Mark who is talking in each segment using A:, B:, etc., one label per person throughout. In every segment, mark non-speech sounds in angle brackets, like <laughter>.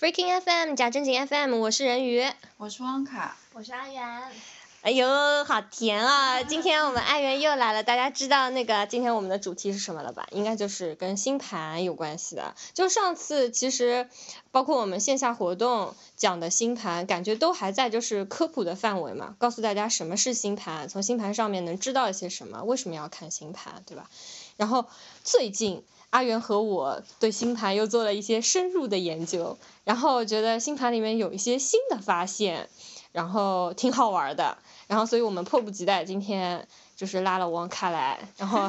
A: Freaking FM 假正经 FM，我是人鱼。
B: 我是汪卡，
C: 我是阿元，
A: 哎呦，好甜啊！今天我们爱媛又来了，大家知道那个今天我们的主题是什么了吧？应该就是跟星盘有关系的。就上次其实包括我们线下活动讲的星盘，感觉都还在就是科普的范围嘛，告诉大家什么是星盘，从星盘上面能知道一些什么，为什么要看星盘，对吧？然后最近阿元和我对星盘又做了一些深入的研究，然后我觉得星盘里面有一些新的发现，然后挺好玩的，然后所以我们迫不及待今天就是拉了王卡来，然 <laughs> 后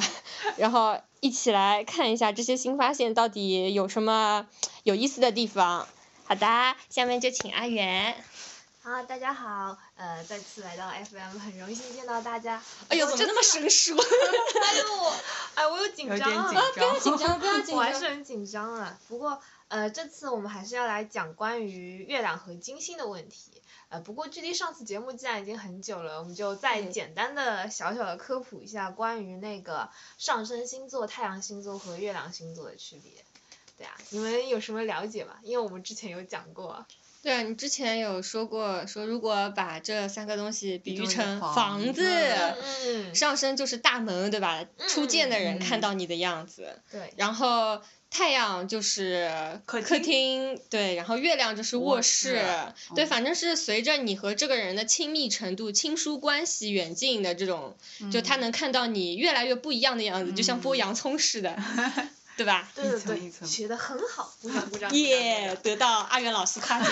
A: 然后一起来看一下这些新发现到底有什么有意思的地方。好的，下面就请阿元。
C: 好，大家好，呃，再次来到 FM，很荣幸见到大家。
A: 哎呦，怎么那么生 <laughs> 疏？不
C: 哎呦，我哎，我有紧
B: 有
C: 张
B: 点
C: 啊
B: 紧，张。
A: <laughs> 要
B: <laughs>
A: 紧张，不要紧
C: <laughs> 我还是
A: 张。
C: 很紧张啊。不过，呃，这次我们还是要来讲关于月亮和金星的问题。呃，不过距离上次节目既然已经很久了，我们就再
A: 嗯
C: 简单的小小的科普一下关于那个上升星座、太阳星座和月亮星座的区别。对啊，你们有什么了解吗？因为我们之前有讲过。
A: 对啊，你之前有说过，说如果把这三个东西比
B: 比
A: 喻
B: 作
A: 成
B: 房
A: 房
B: 子
A: 子，
C: 嗯，
A: 上升就是大门，对吧？初见的
B: 嗯
A: 人看到你的样子，
C: 对。
A: 然后太阳就是
B: 客
A: 客
B: 厅
A: 厅，对，然后月亮就是卧
B: 卧室
A: 对，
B: 嗯
A: 反正是随着你和这个人的亲密程度、亲疏关系远近的这种，
D: 嗯
A: 就他能看到你越来越不一样的样子，就像剥
B: 嗯
A: 洋葱似的，对吧？
C: 对对
B: 层一
C: 对，
B: 层
C: 学的很好，鼓掌鼓掌。鼓掌
A: 耶、！得到阿元老师夸奖。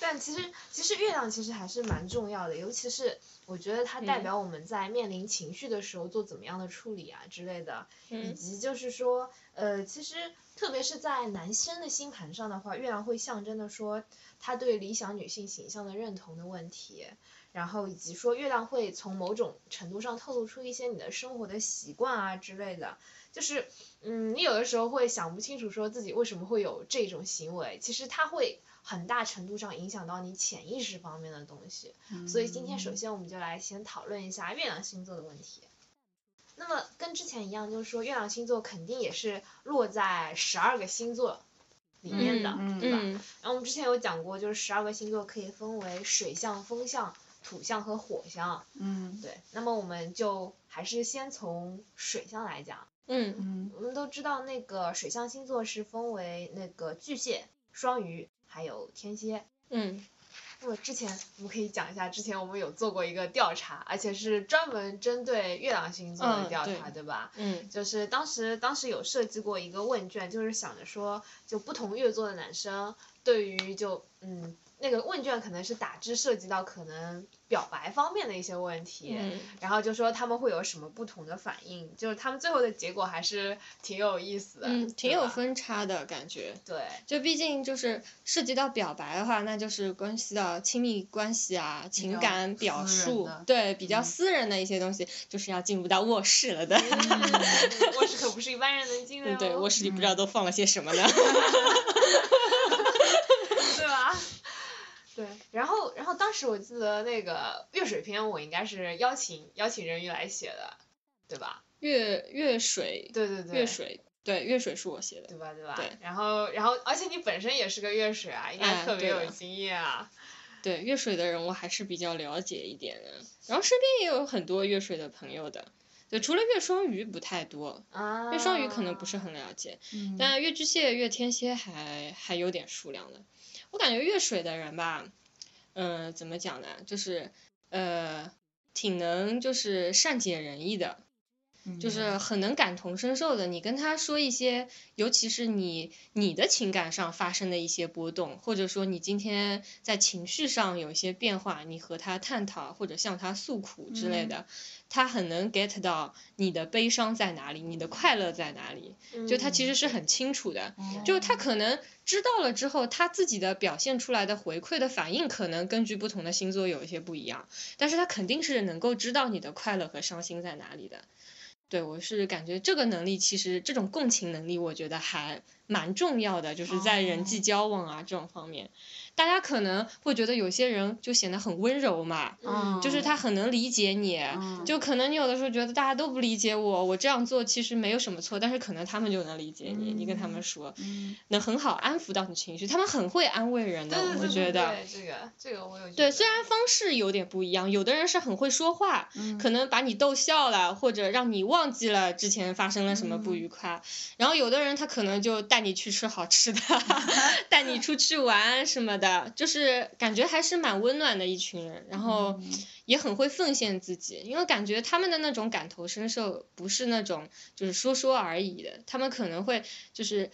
C: 但其实其实月亮其实还是蛮重要的，尤其是我觉得它代
B: 嗯
C: 表我们在面临情绪的时候做怎么样的处理啊之类的，以
A: 嗯
C: 及就是说，呃，其实特别是在男生的星盘上的话，月亮会象征的说他对理想女性形象的认同的问题，然后以及说月亮会从某种程度上透露出一些你的生活的习惯啊之类的，就是嗯，你有的时候会想不清楚说自己为什么会有这种行为，其实它会很大程度上影响到你潜意识方面的东西。
B: 嗯
C: 所以今天首先我们就来先讨论一下月亮星座的问题。那么跟之前一样，就是说月亮星座肯定也是落在十二个星座里面的，
B: 嗯
C: <laughs> 对吧？
A: 嗯
C: 然后我们之前有讲过，就是十二个星座可以分为水象、风象、土象和火象。
B: 嗯
C: 对，那么我们就还是先从水象来讲。
A: 嗯
B: 嗯
C: 我们都知道那个水象星座是分为那个巨蟹、双鱼还有天蝎。
A: 嗯
C: 那么之前我们可以讲一下，之前我们有做过一个调查，而且是专门针对月亮星座
A: 嗯
C: 的调
A: 对
C: 查，对吧？
A: 嗯
C: 就是当时当时有设计过一个问卷，就是想着说，就不同月座的男生对于就嗯那个问卷可能是打致涉及到可能表白方面的一些问题，
A: 嗯，
C: 然后就说他们会有什么不同的反应，就是他们最后的结果还是挺有意思的，
A: 嗯，挺
C: 对
A: 有
C: 吧
A: 分差的感觉。 <laughs>
C: 对，
A: 就毕竟就是涉及到表白的话，那就是关系到亲密关系啊、情
B: 较
A: 感表
B: 私人
A: 述
B: 的，
A: 对比较
B: 嗯
A: 私人的一些东西，就是要进入到卧室了的。
C: 卧室可不是一般人能进的哟、
A: <laughs> 嗯，对，卧室里不知道都放了些
B: <laughs>
A: 什么呢？
C: 对吧？ <laughs> 对，然后然后当时我记得那个月水篇，我应该是邀请邀请人鱼来写的，对吧？
A: 月月水，
C: 对对对，
A: 月水，对，月水是我写的。
C: 对吧？对吧？
A: 对
C: 然后然后，而且你本身也是个月水啊，应该
A: 哎
C: 特
A: 对
C: 别有
A: 的
C: 经验啊。
A: 对，月水的人我还是比较了解一点的，然后身边也有很多月水的朋友的。对，除了月双鱼不太多，
C: 啊，
A: 月双鱼可能不是很了解，
B: 嗯，
A: 但月巨蟹、月天蝎还还有点数量的。我感觉月水的人吧，嗯、怎么讲呢？就是呃，挺能就是善解人意的，
D: 嗯
B: 嗯
A: 就是很能感同身受的。你跟他说一些，尤其是你你的情感上发生的一些波动，或者说你今天在情绪上有一些变化，你和他探讨或者向他诉苦之类的，他很能 get 到你的悲伤在哪里，你的快乐在哪里。
C: 啊
A: 就他其实是很清楚的，
B: 嗯
A: 就他可能知道了之后，他自己的表现出来的回馈的反应，可能根据不同的星座有一些不一样，但是他肯定是能够知道你的快乐和伤心在哪里的。对我是感觉这个能力，其实这种共情能力，我觉得还蛮重要的，就是在人际交往啊、这种方面，大家可能会觉得有些人就显得很温柔嘛，
C: 嗯
A: 就是他很能理解你，
D: 哦
B: 嗯
A: 就可能你有的时候觉得大家都不理解我，我这样做其实没有什么错，但是可能他们就能理解你，你跟他们说，
B: 嗯
A: 能很好安抚到你情绪，他们很会安慰人的，
C: 嗯对对
A: 我会
C: 对
A: 觉
C: 对
A: 得。
C: 对这个这个我有觉
A: 对，
C: 得
A: 虽然方式有点不一样，有的人是很会说话，
B: 嗯
A: 可能把你逗笑了，或者让你忘记了之前发生了什么不愉快。
C: 嗯
A: 然后有的人他可能就带你去吃好吃的，
C: <laughs>
A: 带你出去玩什么的，就是感觉还是蛮温暖的一群人，然后也很会奉献自己，因为感觉他们的那种感同身受不是那种就是说说而已的，他们可能会就是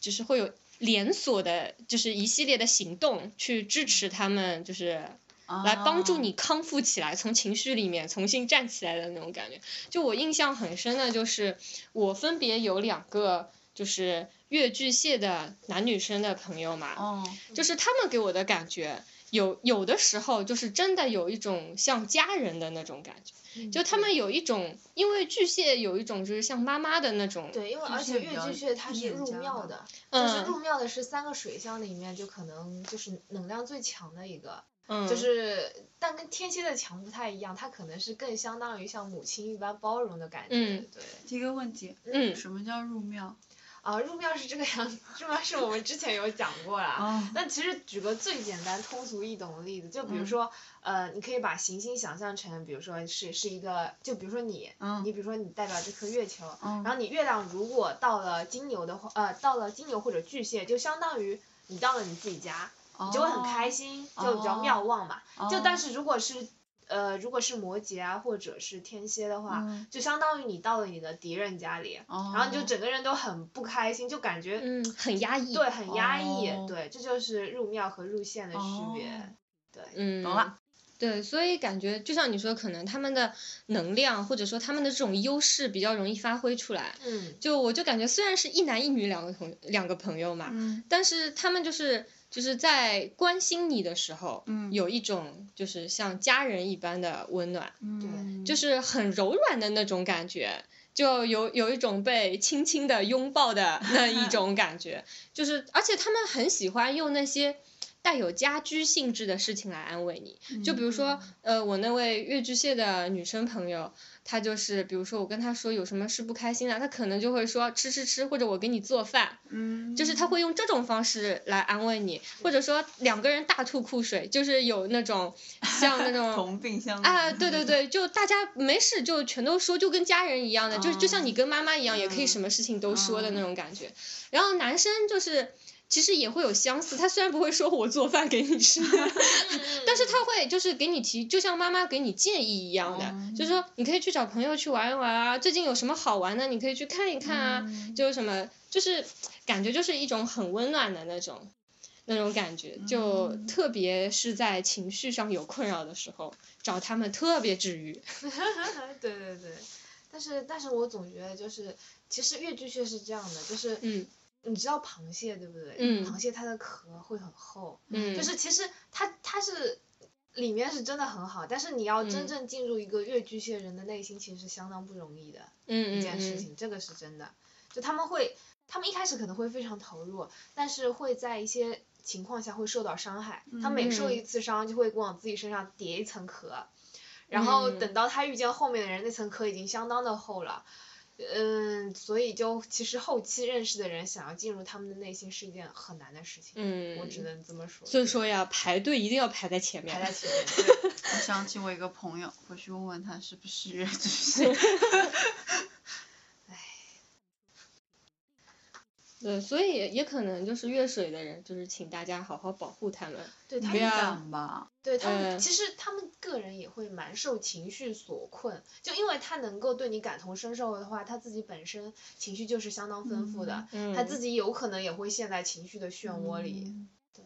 A: 就是会有连锁的，就是一系列的行动去支持他们，就是
D: 哦
B: 嗯
A: 来帮助你康复起来，从情绪里面重新站起来的那种感觉。就我印象很深的就是，我分别有两个就是越剧蟹的男女生的朋友嘛，
B: 哦，
C: 嗯
A: 就是他们给我的感觉。有有的时候就是真的有一种像家人的那种感觉，
C: 嗯
A: 就他们有一种，因为巨蟹有一种就是像妈妈的那种，
C: 对，因为
B: 巨
C: 而
B: 蟹
C: 且
B: 比
C: 越
B: 较
C: 剧蟹它是
B: 念
C: 入
B: 家
C: 庙
B: 嘛
C: 的，就是入
A: 嗯
C: 庙的是三个水象里面就可能就是能量最强的一个，
A: 嗯，
C: 就是但跟天蝎的强不太一样，它可能是更相当于像母亲一般包容的感觉，
A: 嗯
C: 对。
B: 提个问题，
A: 嗯
B: 什么叫入庙？
C: 啊，入庙是这个样子，入庙是我们之前有讲过啦。
A: 啊
B: 哦
C: 那其实举个最简单、通俗易懂的例子，就比如
B: 嗯
C: 说，呃，你可以把行星想象成，比如说是是一个，就比如说你，
B: 嗯
C: 你比如说你代表这颗月球，
B: 嗯
C: 然后你月亮如果到了金牛的话，呃，到了金牛或者巨蟹，就相当于你到了你自己家，
B: 哦
C: 你就会很开心，就比较妙望嘛。就但是如果是呃，如果是摩羯啊，或者是天蝎的话，
B: 嗯
C: 就相当于你到了你的敌人家里，
B: 哦，
C: 然后你就整个人都很不开心，就感觉、
A: 嗯很压抑，
C: 对很压抑，
B: 哦
C: 对，这就是入庙和入县的区别。
B: 哦
C: 对，
A: 嗯，
B: 懂了。
A: 对，所以感觉就像你说，可能他们的能量或者说他们的这种优势比较容易发挥出来。
C: 嗯，
A: 就我就感觉，虽然是一男一女两个同两个朋友嘛，
B: 嗯
A: 但是他们就是就是在关心你的时候，
B: 嗯
A: 有一种就是像家人一般的温暖，
B: 嗯，
A: 就是很柔软的那种感觉，就有有一种被轻轻的拥抱的
B: <laughs>
A: 那一种感觉，就是而且他们很喜欢用那些带有家居性质的事情来安慰你，
B: 嗯
A: 就比如说呃我那位越剧蟹的女生朋友，她就是比如说我跟她说有什么事不开心啊，她可能就会说吃吃吃，或者我给你做饭，
B: 嗯，
A: 就是他会用这种方式来安慰你，或者说两个人大吐苦水，就是有那种像那
D: <laughs>
A: 种。
B: 同病相怜
A: 啊，对
B: <laughs>
A: 对对，就大家没事就全都说，就跟家人一样的，就就像你跟妈妈一样，也可以什么事情都说的那种感觉。然后男生就是其实也会有相似，他虽然不会说我做饭给你 <laughs> 吃，但是他会就是给你提，就像妈妈给你建议一样的，就是说你可以去找朋友去玩一玩啊，最近有什么好玩的，你可以去看一看啊，就是什么，就是感觉就是一种很温暖的那种。那种感觉，就
C: 嗯
A: 特别是在情绪上有困扰的时候，找他们特别治愈。
C: 对对对。但是但是我总觉得就是，其实越剧蟹是这样的，就是
A: 嗯
C: 你知道螃蟹对不对？
A: 嗯
C: 螃蟹它的壳会很厚，
A: 嗯，
C: 就是其实它它是里面是真的很好，但是你要真
A: 嗯
C: 正进入一个越巨蟹人的内心，其实是相当不容易的
A: 嗯嗯
C: 一件事
A: 嗯
C: 情，这个是真的。就他们会，他们一开始可能会非常投入，但是会在一些情况下会受到伤害。他每受
A: 嗯
C: 一次伤，就会往自己身上叠一层壳，然后
A: 嗯
C: 等到他遇见后面的人，那层壳已经相当的厚了。嗯，所以就其实后期认识的人想要进入他们的内心是一件很难的事情。
A: 嗯，
C: 我只能这么说。
A: 所以
C: 对
A: 说呀，排队一定要排在前面。
C: 排在前面。对
B: 我想起我一个朋友，回去问问他是不是 <laughs> 越剧蟹。
A: 对，呃所以也也可能就是越水的人，就是请大家好好保护他们。
C: 对他
A: 不
C: 们
A: 要
B: 敢吧？
C: 对他们、
A: 嗯
C: 其实他们个人也会蛮受情绪所困，就因为他能够对你感同身受的话，他自己本身情绪就是相当丰富的，
A: 嗯，
C: 他自己有可能也会陷在情绪的漩涡里。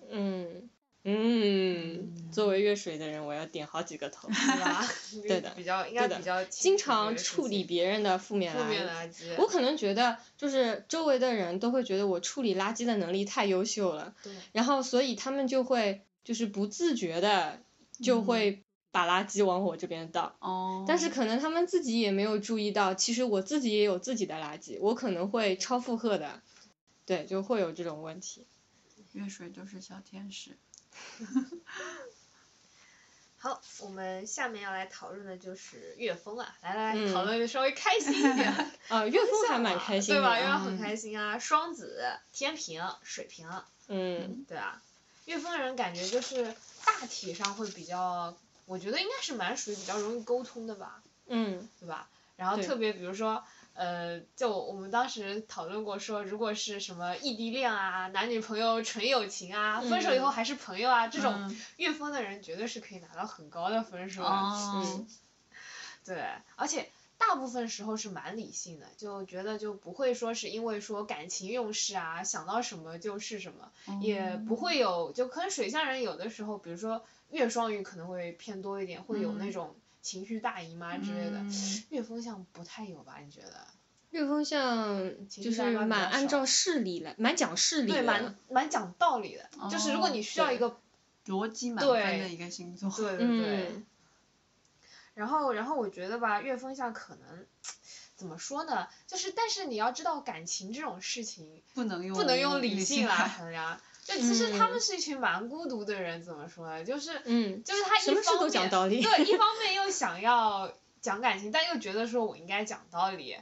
A: 嗯嗯，作为越水的人，我要点好几个
C: <laughs>
A: 头，
C: 对吧？
A: <laughs> 对的
C: 比较应该
A: 对的
C: 比较清
A: 经
C: 楚这
A: 常
C: 个事
A: 处理
C: 情
A: 别人的负面
C: 负面
A: 垃圾。
C: 垃圾。
A: 我可能觉得，就是周围的人都会觉得我处理垃圾的能力太优秀了，
C: 对
A: 然后所以他们就会就是不自觉的就会把垃圾往我这边倒。
B: 哦，
A: 但是可能他们自己也没有注意到，其实我自己也有自己的垃圾，我可能会超负荷的。对，就会有这种问题。
B: 月水就是小天使。
C: 好，我们下面要来讨论的就是乐风啊，来来
A: 嗯
C: 来，讨论的稍微开心一点，
A: 啊， <laughs> 岳父还
C: <laughs>
A: 蛮开心的
C: 对吧？
A: 啊，
C: 因为很
B: 嗯
C: 开心啊，双子、天平、水瓶，
A: 嗯，
C: 对啊，乐风人感觉就是大体上会比较，我觉得应该是蛮属于比较容易沟通的吧，
A: 嗯
C: 对吧？然后
A: 对
C: 特别比如说，呃，就我们当时讨论过说，如果是什么异地恋啊、男女朋友纯友情啊、分手以后还是朋友啊，这种
B: 嗯
C: 乐风的人绝对是可以拿到很高的分数的。
B: 哦，
C: 对，而且大部分时候是蛮理性的，就觉得就不会说是因为说感情用事啊，想到什么就是什么，
B: 哦
C: 也
D: 哦
C: 不会有就可能水象人有的时候，比如说月双鱼可能会偏多一点，会有那
B: 嗯
C: 种情绪大姨妈之类的。
B: 嗯
C: 月风象不太有吧？你觉得？
A: 岳风像
C: 其
A: 就
C: 实大
A: 是
C: 家比
A: 蛮
C: 较
A: 按
C: 少
A: 照事理来，蛮讲事理
C: 对，
A: 的，
C: 蛮蛮讲道理的，就是如果
B: 哦
C: 你需要一
A: 对
C: 个
B: 逻辑满分的
C: 对
B: 一个星座。
C: 对对对。
A: 嗯
C: 然后，然后我觉得吧，月风象可能怎么说呢？就是，但是你要知道，感情这种事情
B: 不能用
C: 不能
D: 哦
C: 用
B: 理
C: 理性来
B: 来。
C: 衡量。就其实他
A: 嗯
C: 们是一群蛮孤独的人，怎么说呢？就是
A: 嗯，
C: 就是他
A: 什
C: 一
A: 么事
C: 方
A: 都讲
C: 面
A: 道理，
C: 对，
A: <laughs>
C: 一方面又想要讲感情，但又觉得说我应该讲道理，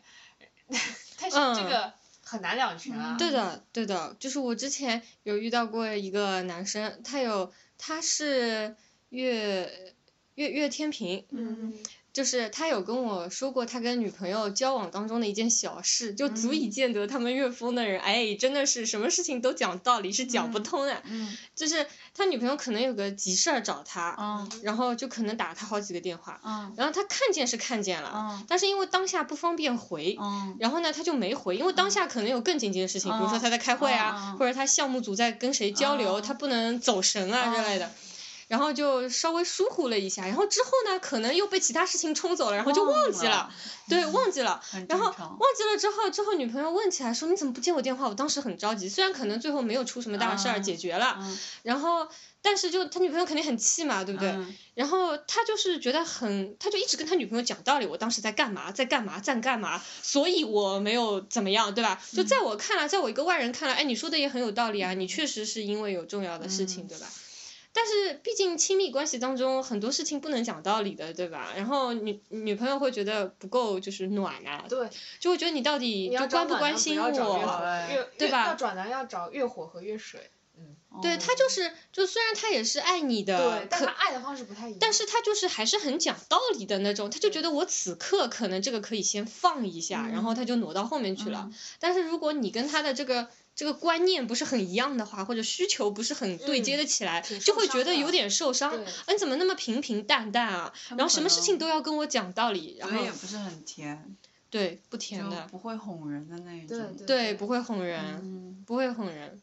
C: <laughs> 但是这
A: 嗯
C: 个很难两全啊。
A: 对的，对的，就是我之前有遇到过一个男生，他有他是月月月天平，
B: 嗯，
A: 就是他有跟我说过他跟女朋友交往当中的一件小事，就足
B: 嗯
A: 以见得他们岳峰的人，哎，真的是什么事情都讲道理，是讲不通的。
B: 嗯
A: 就是他女朋友可能有个急事儿找他，
B: 嗯
A: 然后就可能打他好几个电话，
B: 嗯
A: 然后他看见是看见了，
B: 嗯
A: 但是因为当下不方便回，
B: 嗯
A: 然后呢，他就没回，因为当下可能有更紧急的事情，比如说
B: 哦
A: 他在开会啊，
B: 哦哦
A: 或者他项目组在跟谁交流，
B: 哦
A: 他不能走神啊之类的。然后就稍微疏忽了一下，然后之后呢，可能又被其他事情冲走了，然后就忘记了，
B: 了哦
A: 对，忘记了。
B: 很
A: 然后
B: 正
A: 忘
B: 常。
A: 记了之后，之后女朋友问起来说：“你怎么不接我电话？”我当时很着急，虽然可能最后没有出什么大事儿，
B: 嗯
A: 解决了，然后但是就他女朋友肯定很气嘛，对不对？
B: 嗯
A: 然后他就是觉得很，他就一直跟他女朋友讲道理，我当时在干嘛，在干嘛，在干嘛，所以我没有怎么样，对吧？就在我看来，在我一个外人看来，哎，你说的也很有道理啊，你确实是因为有重要的事情，
B: 嗯
A: 对吧？但是毕竟亲密关系当中很多事情不能讲道理的，对吧？然后女女朋友会觉得不够就是暖啊，
C: 对，
A: 就会觉得你到底
C: 你
A: 就
C: 要找
A: 关
C: 暖
A: 关
C: 男
A: 心
C: 要找月
A: 我
B: 好？
C: 火
B: 哎
C: 月
A: 对
C: 月
A: 吧
C: 要找男要找月火和月水，
B: 嗯
A: 对他就是，就虽然他也是爱你的，
C: 对，但
A: 可
C: 他爱的方式不太一样。
A: 但是他就是还是很讲道理的那种，他就觉得我此刻可能这个可以先放一下，然
C: 嗯
A: 后他就挪到后
B: 嗯
A: 面去了。但是如果你跟他的这个这个观念不是很一样的话，或者需求不是很对接的起来，
C: 挺
A: 就
C: 嗯受
A: 会觉
C: 伤
A: 得
C: 的
A: 有点受伤。
C: 对
A: 啊你怎么那么平平淡淡啊？
B: 嗯
A: 然后什么事情都要跟我讲道理，然
B: 嘴也
A: 后
B: 不是很甜，
A: 对不甜
B: 就
A: 的，
B: 不会哄人的那一种。
C: 对
A: 对不会哄人，
B: 嗯，
A: 不会哄人。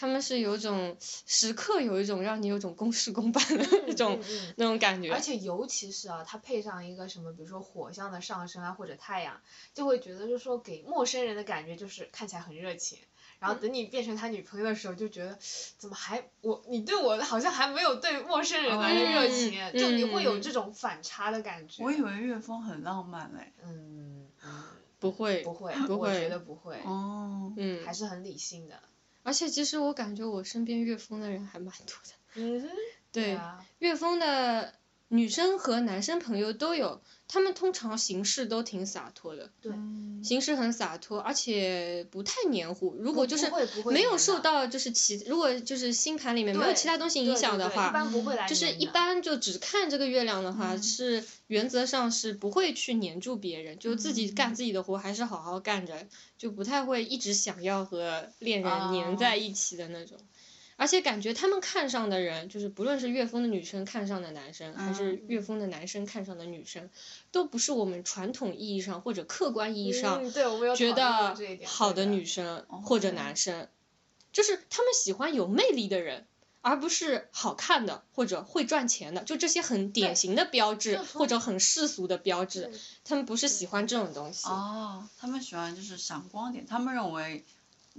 A: 他们是有一种时刻有一种让你有种公事公办的那种、
C: 嗯嗯
A: 那种感觉，
C: 而且尤其是啊，它配上一个什么，比如说火象的上升啊，或者太阳，就会觉得就是说给陌生人的感觉就是看起来很热情，然后等你变成他女朋友的时候，就觉得怎么还我你对我好像还没有对陌生人来的热情，
A: 嗯
C: 就你会有
A: 嗯
C: 这种反差的感觉。
B: 我以为岳峰很浪漫嘞。
C: 嗯，嗯
A: 不会
C: 不会，
A: <laughs> 不
C: 我
A: 会
C: 觉得不会，
B: 哦，
A: 嗯，
C: 还是很理性的。
A: 而且其实我感觉我身边乐风的人还蛮多的，
C: 嗯哼，
A: 对，
C: 啊，
A: 乐风的女生和男生朋友都有，他们通常行事都挺洒脱的，
C: 对
B: 嗯
A: 行事很洒脱，而且不太黏糊。如果
C: 不
A: 就是
C: 不会不会
A: 没
C: 黏
A: 有
C: 的
A: 受到就是其，如果就是星盘里面没有
C: 对
A: 其他东西
C: 对
A: 影
C: 对
A: 响的
C: 对
A: 话，
C: 一般不会来
A: 就是
C: 黏
A: 一
C: 的
A: 般就只看这个月亮的话，
B: 嗯
A: 是原则上是不会去黏住别人，就自
C: 嗯
A: 己干自己的活，还是好好干着，就不太会一直想要和恋人黏
C: 哦
A: 在一起的那种。而且感觉他们看上的人，就是不论是乐风的女生看上的男生，还是
C: 嗯
A: 乐风的男生看上的女生，都不是我们传统意义上或者客观意义上
C: 嗯对我们有
A: 觉
C: 讨论过
A: 得
C: 这一点
A: 好的
C: 对的哦
A: 女生或者男生，就是他们喜欢有魅力的人，而不是好看的或者会赚钱的，就这些很典型的标志
C: 就从
A: 或者很世俗的标志
C: 对，
B: 哦
A: 他们不是喜欢这种东西。
B: 哦，他们喜欢就是闪光点，他们认为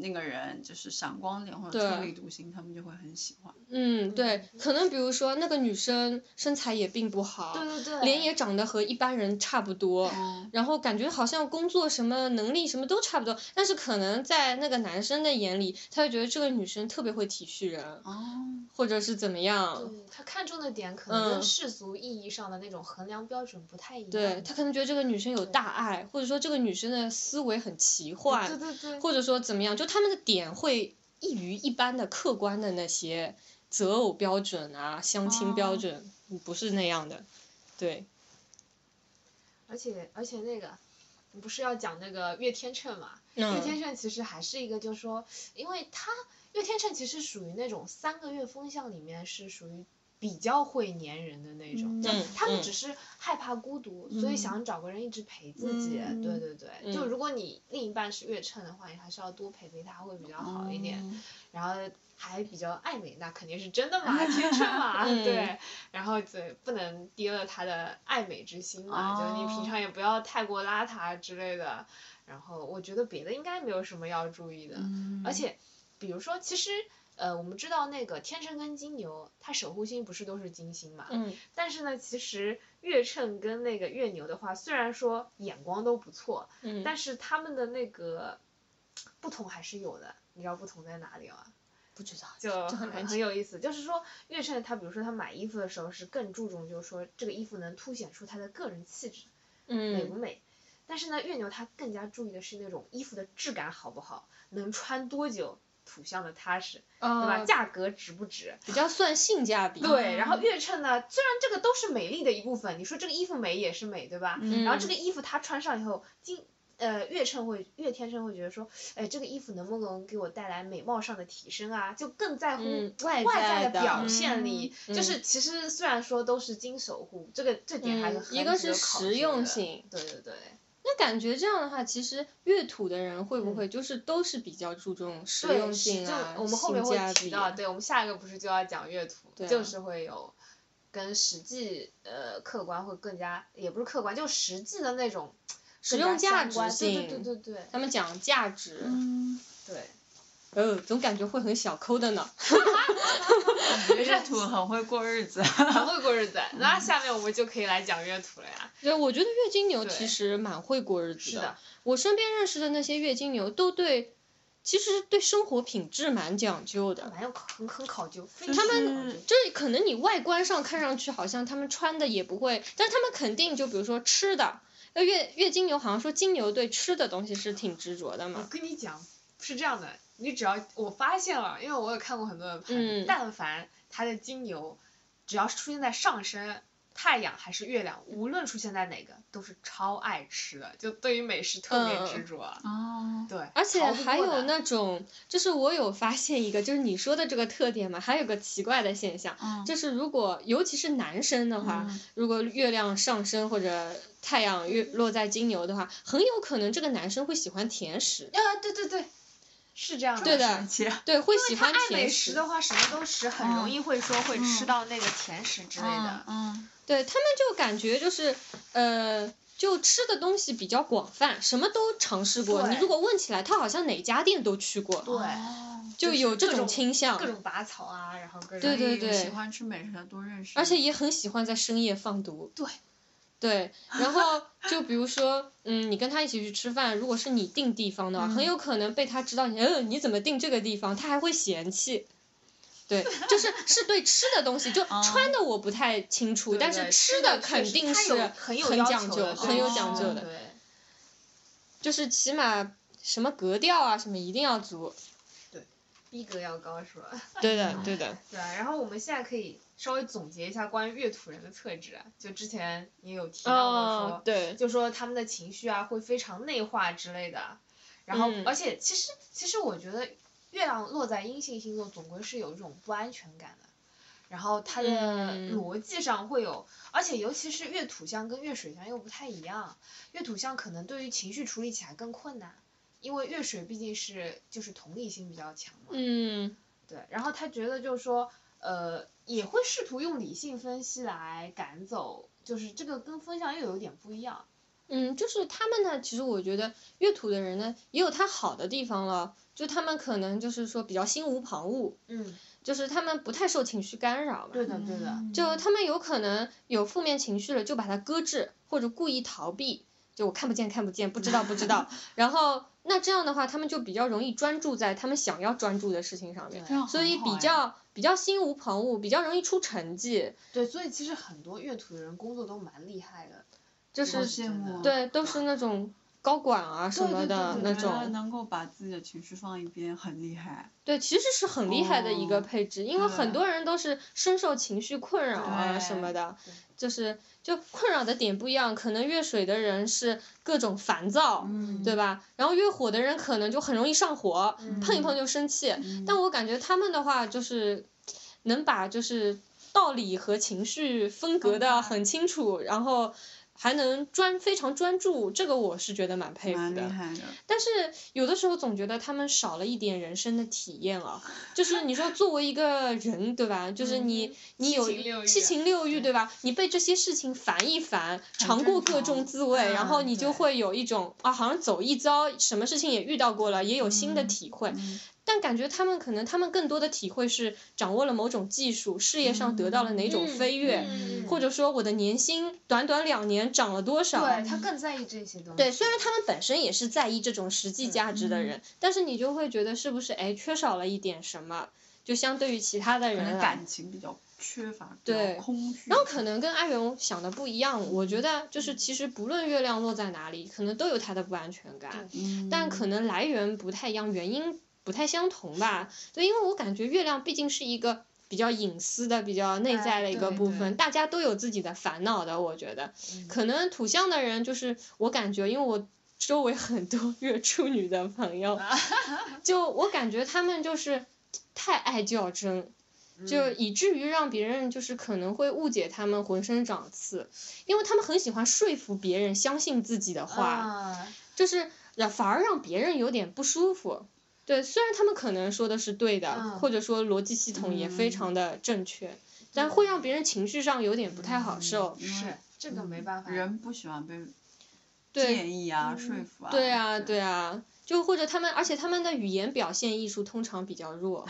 B: 那个人就是闪光点或
A: 对啊
B: 者特立独行，他们就会很喜欢。
A: 嗯，对，可能比如说那个女生身材也并不好，
C: 对对对，
A: 脸也长得和一般人差不多，
B: 嗯，
A: 然后感觉好像工作什么能力什么都差不多，但是可能在那个男生的眼里，他会觉得这个女生特别会体恤人，
B: 哦，
A: 或者是怎么样。
C: 对嗯他看中的点可能
A: 嗯
C: 跟世俗意义上的那种衡量标准不太一样。
A: 对他可能觉得这个女生有大爱，或者说这个女生的思维很奇
C: 对
A: 幻，
C: 对对，
A: 或者说怎么样，就他们的点会异于一般的客观的那些择偶标准啊、相亲标
B: 哦
A: 准，嗯不是那样的。对，
C: 而且而且那个。不是要讲那个岳天秤嘛？岳
A: 嗯
C: 天秤其实还是一个，就是说，因为他岳天秤其实属于那种三个月风象里面是属于比较会粘人的那种，
B: 嗯
C: 就他
A: 嗯
C: 们只是害怕孤独，所以
B: 嗯
C: 想找个人一直陪自己。
B: 嗯
C: 对对对，就
A: 嗯
C: 如果你另一半是岳秤的话，你还是要多陪陪他会比较好一点。
B: 哦。
C: 然后还比较爱美，那肯定是真的
A: <laughs>
C: 嘛，天秤嘛，
A: 嗯
C: 对。然后对，不能跌了他的爱美之心嘛，就是你
B: 哦
C: 平常也不要太过邋遢之类的。然后我觉得别的应该没有什么要注意的，
B: 嗯
C: 而且比如说，其实呃，我们知道那个天秤跟金牛，它守护星不是都是金星嘛，
A: 嗯
C: 但是呢，其实月秤跟那个月牛的话，虽然说眼光都不错，
A: 嗯，
C: 但是他们的那个不同还是有的，你知道不同在哪里吗？
A: 不知道，
C: 就
A: 这很难
C: 很有意思，就是说月秤他，比如说他买衣服的时候是更注重，就是说这个衣服能凸显出他的个人气质美不
A: 嗯
C: 美。但是呢，月牛他更加注意的是那种衣服的质感好不好，能穿多久，土象的踏实，对吧？
A: 啊，
C: 价格值不值？
A: 比较算性价比。
C: 对，然后月秤呢，虽然这个都是美丽的一部分，你说这个衣服美也是美，对吧？
B: 嗯
C: 然后这个衣服它穿上以后，今呃月秤会月天秤会觉得说，哎，这个衣服能不能给我带来美貌上的提升啊？就更在乎
A: 嗯外
C: 外
A: 在的
C: 的表现力。
A: 嗯
C: 就是其实虽然说都是金守护，这个这点还是
A: 嗯
C: 很
A: 一个
C: 值得
A: 是
C: 考
A: 实
C: 究
A: 用
C: 的
A: 性
C: 对对对，
A: 那感觉这样的话，其实越土的人会不
C: 嗯
A: 会就是都是比较注重实
C: 对
A: 用
C: 是
A: 性啊？
C: 就我们后面
A: 性价
C: 会提
A: 比
C: 到，
A: 啊
C: 对我们下一个不是就要讲乐图，
A: 对啊
C: 就是会有跟实际呃客观会更加，也不是客观，就实际的那种
A: 实
C: 更
A: 用
C: 加
A: 价
C: 相
A: 值
C: 关
A: 性。
C: 对对对对对
A: 他们讲价值，
B: 嗯，
C: 对，
A: 呃，总感觉会很小抠的呢。
B: 感觉这土很会过日子。
C: 很会过日子。那下面我们就可以来讲乐图了呀。
A: 对，我觉得月经牛其
C: 对
A: 实蛮会过日子
C: 是的，
A: 我身边认识的那些月经牛都对，其实对生活品质蛮讲究的。
C: 蛮有考很很考究，非
B: 就
C: 常
B: 是
C: 考究
A: 就是可能你外观上看上去好像他们穿的也不会，但是他们肯定就比如说吃的，那月月经牛好像说金牛对吃的东西是挺执着的
C: 我
A: 嘛，
C: 跟你讲，是这样的，你只要我发现了，因为我有看过很多的盘，
A: 嗯
C: 但凡它的金牛，只要是出现在上升。太阳还是月亮，无论出现在哪个，都是超爱吃的，就对于美食特别
A: 嗯
C: 执着。
B: 哦，
C: 对，
A: 而且
C: 逃不
A: 还
C: 过
A: 有
C: 的
A: 那种，就是我有发现一个，就是你说的这个特点嘛，还有个奇怪的现象，
B: 嗯，
A: 就是如果尤其是男生的话，
B: 嗯
A: 如果月亮上升或者太阳月落在金牛的话，很有可能这个男生会喜欢甜食，
C: 啊，对对对，是这样的。
A: 对的
B: 神奇
A: 对，会喜
C: 他
A: 欢
C: 爱美
A: 甜
C: 食
A: 食
C: 哦的话，什么都吃，很容
B: 嗯
C: 易会说会
B: 嗯
C: 吃到那个甜食之类的。
B: 嗯，
A: 对他们就感觉就是呃，就吃的东西比较广泛，什么都尝试过。
C: 对
A: 你如果问起来，他好像哪家店都去
C: 对
A: 过，
B: 哦
A: 就
C: 就是
A: 有这
C: 各
A: 种
C: 种
A: 倾向
C: 各，种拔草啊，然后各种
A: 嗯对对
B: 所以
A: 对
B: 喜欢吃美食的多认识。
A: 而且也很喜欢在深夜放毒。
C: 对。
A: 对，然后就比如说，嗯，你跟他一起去吃饭，如果是你定地方的话，
C: 嗯
A: 很有可能被他知道你，呃，你怎么定这个地方，他还会嫌弃。
C: <laughs>
A: 对，就是是对吃的东西，就穿的我不太清楚，
C: 哦对
A: 但是
C: 对
A: 吃
C: 的
A: 肯
C: 确实
A: 定
C: 它
A: 是
C: 有很有要
A: 讲
C: 求
A: 究、
C: 的哦对嗯
A: 很有
B: 是
A: 讲究
B: 的
A: 的。
C: 对
A: 就是起码什么格调啊什么一定要足。
C: 逼格要高是吧？
A: 对的，对的，
C: 对啊，然后我们现在可以稍微总结一下关于乐土人的特质啊，就之前也有提到过
A: 哦
C: 说，，
A: 对，
C: 就说他们的情绪啊会非常内化之类的，然后、
A: 嗯
C: 而且其实其实我觉得月亮落在阴性星座总归是有一种不安全感的，然后它的
A: 嗯
C: 逻辑上会有，而且尤其是月土象跟月水象又不太一样，月土象可能对于情绪处理起来更困难，因为月水毕竟是就是同理心比较强嘛，
A: 嗯
C: 对，然后他觉得就是说，呃，也会试图用理性分析来赶走，就是这个跟风向又有点不一样。
A: 嗯，就是他们呢，其实我觉得乐土的人呢也有他好的地方了，就他们可能就是说比较心无旁骛，
C: 嗯，
A: 就是他们不太受情绪干扰嘛。
C: 对的对的，
B: 嗯
A: 就他们有可能有负面情绪了，就把它搁置，或者故意逃避，就我看不见看不见，不知道不知
B: <laughs>
A: 道。然后那这样的话，他们就比较容易专注在他们想要专注的事情上面，
B: 这样
A: 所
B: 很
A: 以
B: 好
A: 比
B: 哎
A: 较比较心无旁骛，比较容易出成绩，
C: 对，所以其实很多乐图的人工作都蛮厉害的，
A: 就
B: 好
A: 是
B: 羡慕，
A: 对都是那种高管啊什
C: 对
A: 么
C: 对对
A: 的
C: 对
A: 那
B: 我觉得
A: 种，
B: 能够把自己的情绪放一边很厉害，
A: 对，其实是很厉害的一个
B: 哦
A: 配置，因为很
B: 对
A: 多人都是深受情绪困扰啊什
B: 对
A: 么的
C: 对，
A: 就是就困扰的点不一样，可能越水的人是各种烦躁，
B: 嗯
A: 对吧？然后越火的人可能就很容易上火，碰一
C: 嗯
A: 碰就生气。但我感觉他们的话就是能把就是道理和情绪分隔的
B: 开
A: 很清楚，然后还能专非常专注，这个我是觉得蛮佩服
B: 蛮厉
A: 的。
B: 害的，
A: 但是有的时候总觉得他们少了一点人生的体验啊，就是你说作为一个人对吧？就是你、
C: 嗯
A: 你有
C: 七情六欲
A: 七情六欲对吧？你被这些事情烦一烦，尝
B: 正
A: 过各
B: 常
A: 种滋味，然后
C: 嗯
A: 你就
C: 对
A: 会有一种啊，好像走一遭，什么事情也遇到过了，也有新的体会。
B: 嗯
A: 但感觉他们可能他们更多的体会是掌握了某种技术，事业上得到了哪种
C: 嗯
A: 飞跃，
C: 嗯
A: 或者说我的年薪短短两年涨了多少，
C: 对他更在意这
B: 嗯
C: 些东西。
A: 对，虽然他们本身也是在意这种实际价值的人，但是你就会觉得是不是哎缺少了一点什么，就相对于其他的
B: 可
A: 人
B: 能
A: 来
B: 感嗯情比较缺乏，比较
A: 嗯对
B: 空虚，
A: 然后可能跟阿元想的不一样，我
B: 嗯
A: 觉得就是其实不论月亮落在哪里，可能都有它的不安全感，
B: 嗯，
A: 但可能来源不太一样，原因不太相同吧。对，因为我感觉月亮毕竟是一个比较隐私的、比较内
C: 哎
A: 在的一个
C: 对
A: 部
C: 对
A: 分，大家都有自己的烦恼的，我觉得。
C: 嗯
A: 可能土象的人就是我感觉，因为我周围很多 <laughs> 月处女的朋友，
C: 啊
A: <laughs> 就我感觉他们就是太爱较真。
C: 嗯
A: 就以至于让别人就是可能会误解他们浑身长刺，因为他们很喜欢说服别人相信自己的话，
C: 啊，
A: 就是让反而让别人有点不舒服。对，虽然他们可能说的是对的，
C: 嗯
A: 或者说逻辑系统也非
B: 嗯
A: 常的正确，但会让别人情绪上有点不太
B: 嗯
A: 好受。
B: 因为
C: 嗯是这个没办法。
B: 人不喜欢被
A: 对
B: 建议啊、说服啊，
A: 对啊，对啊，就或者他们，而且他们的语言表现艺术通常比较
B: <laughs>
A: 弱，